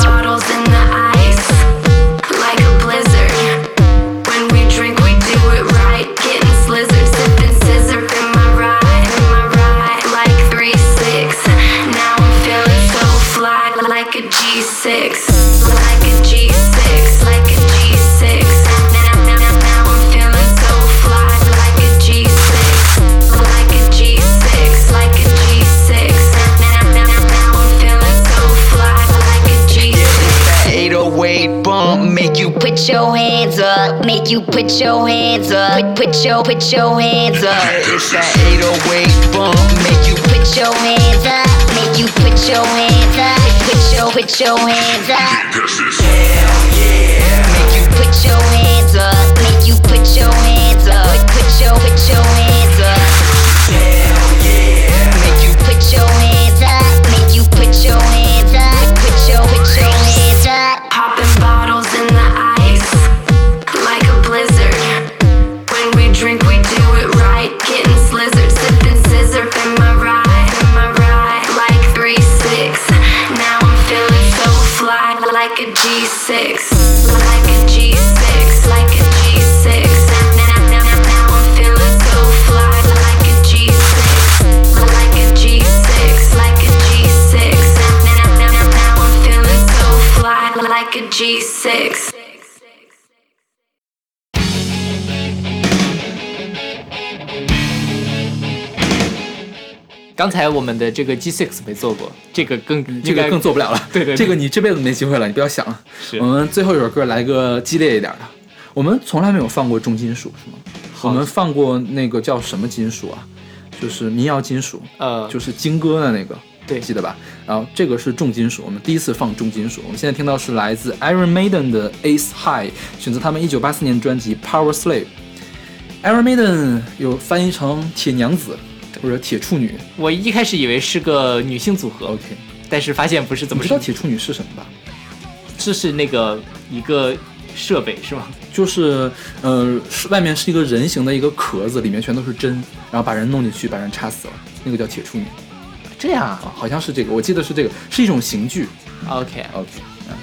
[SPEAKER 7] Bottles in the ice, like a blizzard. When we drink, we do it right. Getting slizzard, sipping scissor. Am I right? Am I right? Like three six. Now I'm feeling so fly, like a G six. Like a G six, like a G six. Now, now, now, now I'm feeling so fly, like a G six. Like a G six, like a G six. Now, now, now, now I'm feeling so fly, like a G six.
[SPEAKER 9] That 808 bump make you
[SPEAKER 10] Put your hands up, make you put your hands up. Put, put your put your hands up. oh
[SPEAKER 9] It's that 808 bump make you
[SPEAKER 10] Put your hands up, make you put your hands up. Put your put your hands up.
[SPEAKER 9] make you
[SPEAKER 10] Put your hands up, make you put your hands up. Put your put your hands up.
[SPEAKER 9] make you
[SPEAKER 10] Put your hands up, make you put your hands up. Put your put your hands up.
[SPEAKER 7] Popping bottles in the ice, like a blizzard. When we drink, we do it right. Getting slizzard, sipping scissor. Am I right? Am I right? Like three six. Now I'm feeling so fly, like a G6. Like a G6, like a G6. Now, now, now, now I'm feeling so fly, like a G6. Like a G6, like a G6. Now, now, now, now I'm feeling so fly, like a G6.
[SPEAKER 1] 刚才我们的这个 G6 没做过，这个更
[SPEAKER 2] 这个更做不了了。
[SPEAKER 1] 对对对
[SPEAKER 2] 这个你这辈子没机会了，你不要想了。
[SPEAKER 1] 是
[SPEAKER 2] 我们最后一首歌来个激烈一点的。我们从来没有放过重金属，是吗？我们放过那个叫什么金属啊？就是民谣金属，
[SPEAKER 1] 呃
[SPEAKER 2] 就是金歌的那个，
[SPEAKER 1] 对
[SPEAKER 2] 记得吧？然后这个是重金属，我们第一次放重金属。我们现在听到是来自 Iron Maiden 的 Ace High，选择他们一九八四年专辑 Power Slave。Iron Maiden 有翻译成铁娘子或者铁处女。
[SPEAKER 1] 我一开始以为是个女性组合
[SPEAKER 2] OK，
[SPEAKER 1] 但是发现不是，怎
[SPEAKER 2] 你
[SPEAKER 1] 么
[SPEAKER 2] 知道铁处女是什么吧？
[SPEAKER 1] 这是那个一个设备是吗？
[SPEAKER 2] 就是呃，是外面是一个人形的一个壳子，里面全都是针，然后把人弄进去，把人插死了，那个叫铁处女
[SPEAKER 1] 这样啊
[SPEAKER 2] 啊，好像是这个，我记得是这个，是一种刑具。
[SPEAKER 1] ，OK，
[SPEAKER 2] OK，啊，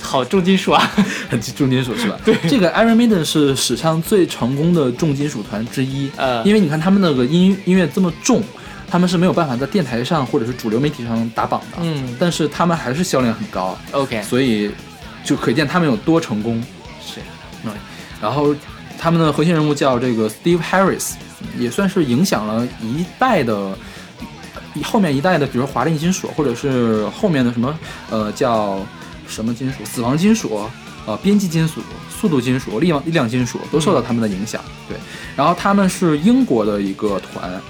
[SPEAKER 1] 好重金属啊，
[SPEAKER 2] 很重金属是吧？对，这个 Iron Maiden 是史上最成功的重金属团之一，
[SPEAKER 1] 呃
[SPEAKER 2] 因为你看他们那个音音乐这么重。他们是没有办法在电台上或者是主流媒体上打榜的，
[SPEAKER 1] 嗯
[SPEAKER 2] 但是他们还是销量很高啊
[SPEAKER 1] OK
[SPEAKER 2] 所以就可见他们有多成功。
[SPEAKER 1] 是
[SPEAKER 2] 嗯，然后他们的核心人物叫这个 Steve Harris，也算是影响了一代的。后面一代的，比如华丽金属，或者是后面的什么，呃，叫什么金属，死亡金属，呃，边际金属、速度金属、力量力量金属，都
[SPEAKER 1] 嗯
[SPEAKER 2] 受到他们的影响。对，然后他们是英国的一个团，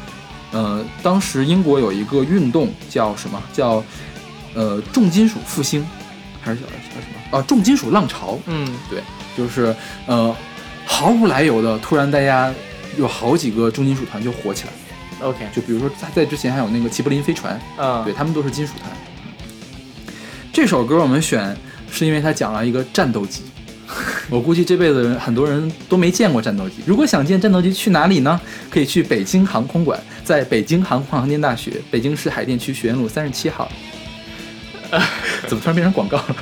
[SPEAKER 2] 呃，当时英国有一个运动叫什么？叫呃重金属复兴，还是叫叫什么？啊，重金属浪潮。
[SPEAKER 1] 嗯
[SPEAKER 2] 对，就是呃毫无来由的，突然大家有好几个重金属团就火起来，
[SPEAKER 1] ，OK，
[SPEAKER 2] 就比如说在在之前还有那个齐柏林飞船，
[SPEAKER 1] 嗯，
[SPEAKER 2] 对他们都是金属团。这首歌我们选是因为它讲了一个战斗机，我估计这辈子人很多人都没见过战斗机。如果想见战斗机去哪里呢？可以去北京航空馆，在北京航空航天大学北京市海淀区学院路三十七号。 怎么突然变成广告了？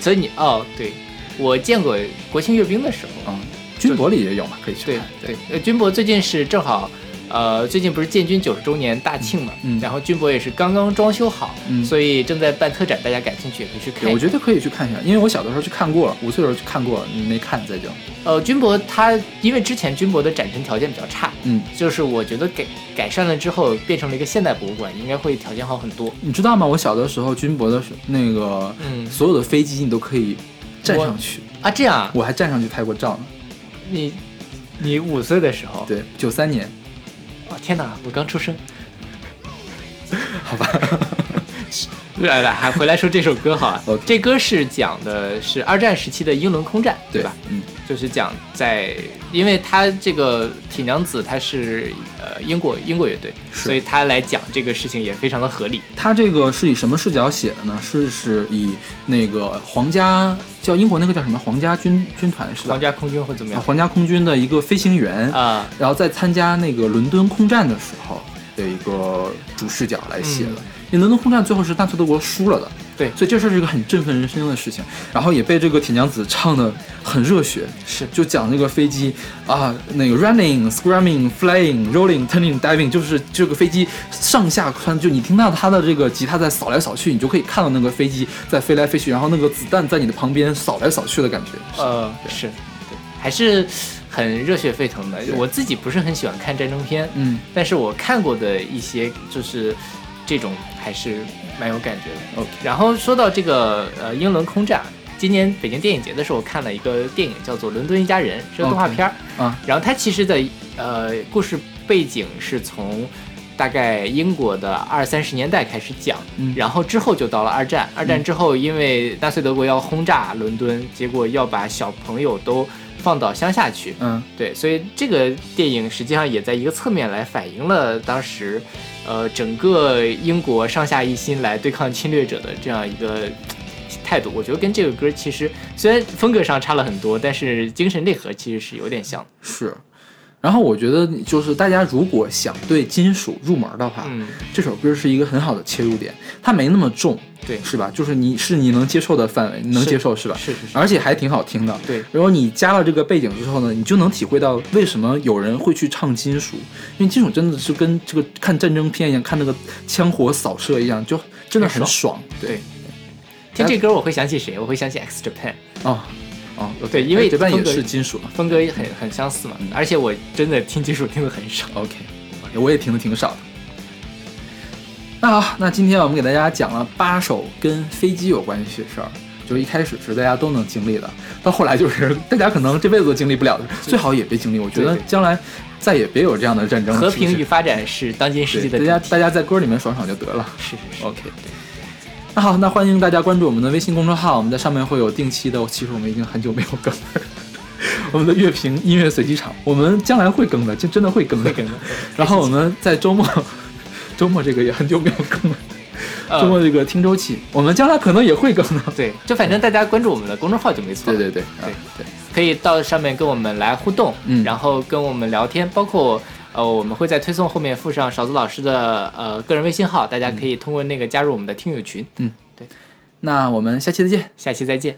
[SPEAKER 1] 所以你哦，对，我见过国庆阅兵的时候，
[SPEAKER 2] 啊、军博里也有嘛，可以去
[SPEAKER 1] 嗯对
[SPEAKER 2] 看。
[SPEAKER 1] 对，呃，军博最近是正好，呃，最近不是建军九十周年大庆嘛，
[SPEAKER 2] 嗯嗯
[SPEAKER 1] 然后军博也是刚刚装修好，
[SPEAKER 2] 嗯
[SPEAKER 1] 所以正在办特展，大家感兴趣也可以去看
[SPEAKER 2] 对，
[SPEAKER 1] 一
[SPEAKER 2] 我
[SPEAKER 1] 下。
[SPEAKER 2] 觉得可以去看一下，因为我小的时候去看过了，五岁的时候去看过了，你没看再讲。
[SPEAKER 1] 呃，军博它因为之前军博的展陈条件比较差，
[SPEAKER 2] 嗯，
[SPEAKER 1] 就是我觉得改改善了之后变成了一个现代博物馆，应该会条件好很多。
[SPEAKER 2] 你知道吗？我小的时候军博的时候那个，
[SPEAKER 1] 嗯
[SPEAKER 2] 所有的飞机你都可以站上去，
[SPEAKER 1] 啊，这样啊，
[SPEAKER 2] 我还站上去拍过照呢。
[SPEAKER 1] 你你五岁的时候，
[SPEAKER 2] 对，九三年，
[SPEAKER 1] 哦，天哪，我刚出生。
[SPEAKER 2] 好吧，
[SPEAKER 1] 来来，还回来说这首歌好啊
[SPEAKER 2] OK。
[SPEAKER 1] 这歌是讲的是二战时期的英伦空战，对吧？？
[SPEAKER 2] 嗯，
[SPEAKER 1] 就是讲在，因为他这个铁娘子她是呃英国英国乐队，
[SPEAKER 2] 是
[SPEAKER 1] 所以他来讲这个事情也非常的合理。
[SPEAKER 2] 他这个是以什么视角写的呢？是是以那个皇家叫英国那个叫什么皇家军军团是吧？
[SPEAKER 1] 皇家空军会怎么
[SPEAKER 2] 啊
[SPEAKER 1] 样？
[SPEAKER 2] 皇家空军的一个飞行员
[SPEAKER 1] 啊
[SPEAKER 2] 然后在参加那个伦敦空战的时候的一个主视角来写的。
[SPEAKER 1] 嗯
[SPEAKER 2] 因为伦敦空战最后是纳粹德国输了的，
[SPEAKER 1] 对
[SPEAKER 2] 所以这事儿是一个很振奋人心的事情。然后也被这个铁娘子唱的很热血，
[SPEAKER 1] 是
[SPEAKER 2] 就讲那个飞机啊，那个 running、screaming、flying、rolling、turning、diving，就是这个飞机上下穿，就你听到它的这个吉他在扫来扫去，你就可以看到那个飞机在飞来飞去，然后那个子弹在你的旁边扫来扫去的感觉。
[SPEAKER 1] 呃，是，对，还是很热血沸腾的。我自己不是很喜欢看战争片，
[SPEAKER 2] 嗯
[SPEAKER 1] 但是我看过的一些就是这种还是蛮有感觉的。
[SPEAKER 2] OK
[SPEAKER 1] 然后说到这个呃英伦空战，今年北京电影节的时候我看了一个电影叫做《伦敦一家人》，是个动画片儿。
[SPEAKER 2] 啊，
[SPEAKER 1] 然后它其实的呃故事背景是从大概英国的二三十年代开始讲，
[SPEAKER 2] 嗯
[SPEAKER 1] 然后之后就到了二战。二战之后，因为纳粹德国要轰炸伦敦，结果要把小朋友都放到乡下去，
[SPEAKER 2] 嗯，
[SPEAKER 1] 对，所以这个电影实际上也在一个侧面来反映了当时，呃，整个英国上下一心来对抗侵略者的这样一个态度。我觉得跟这个歌其实虽然风格上差了很多，但是精神内核其实是有点像的。
[SPEAKER 2] 是。然后我觉得，就是大家如果想对金属入门的话，
[SPEAKER 1] 嗯，
[SPEAKER 2] 这首歌是一个很好的切入点，它没那么重，
[SPEAKER 1] 对
[SPEAKER 2] 是吧？就是你是你能接受的范围，你能
[SPEAKER 1] 是
[SPEAKER 2] 接受是吧？
[SPEAKER 1] 是是是
[SPEAKER 2] 而且还挺好听的。
[SPEAKER 1] 对
[SPEAKER 2] 然后你加了这个背景之后呢，你就能体会到为什么有人会去唱金属，因为金属真的是跟这个看战争片一样，看那个枪火扫射一样，就真的很
[SPEAKER 1] 很
[SPEAKER 2] 爽。
[SPEAKER 1] 对。听这歌我会想起谁？我会想起 X Japan，
[SPEAKER 2] 哦哦，
[SPEAKER 1] 对因为
[SPEAKER 2] 这半
[SPEAKER 1] 风
[SPEAKER 2] 也
[SPEAKER 1] 格
[SPEAKER 2] 是金属嘛。
[SPEAKER 1] 风格也很很相似嘛。
[SPEAKER 2] 嗯
[SPEAKER 1] 而且我真的听金属听的很少。
[SPEAKER 2] OK，我也听的挺少的。那好，那今天我们给大家讲了八首跟飞机有关系的事儿，就是一开始是大家都能经历的，到后来就是大家可能这辈子都经历不了的，最好也别经历。我觉得
[SPEAKER 1] 对对
[SPEAKER 2] 将来再也别有这样的战争，
[SPEAKER 1] 和
[SPEAKER 2] 是不是
[SPEAKER 1] 平与发展是当今世纪的
[SPEAKER 2] 对大家大家在歌里面爽爽就得了。
[SPEAKER 1] 是是是，
[SPEAKER 2] OK。那好，那欢迎大家关注我们的微信公众号，我们在上面会有定期的，其实我们已经很久没有更了，我们的乐评音乐随机场，我们将来会更的，就真的会更的。
[SPEAKER 1] 更的
[SPEAKER 2] 然后我们在周末， 周末这个也很久没有更了，
[SPEAKER 1] 呃
[SPEAKER 2] 周末这个听周期，我们将来可能也会更的。
[SPEAKER 1] 对，就反正大家关注我们的公众号就没
[SPEAKER 2] 对
[SPEAKER 1] 错了。
[SPEAKER 2] 对对
[SPEAKER 1] 对
[SPEAKER 2] 啊对，
[SPEAKER 1] 可以到上面跟我们来互动，
[SPEAKER 2] 嗯
[SPEAKER 1] 然后跟我们聊天，包括呃，我们会在推送后面附上勺子老师的呃个人微信号，大家可以通过那个加入我们的听友群。
[SPEAKER 2] 那我们下期再见。
[SPEAKER 1] 下期再见。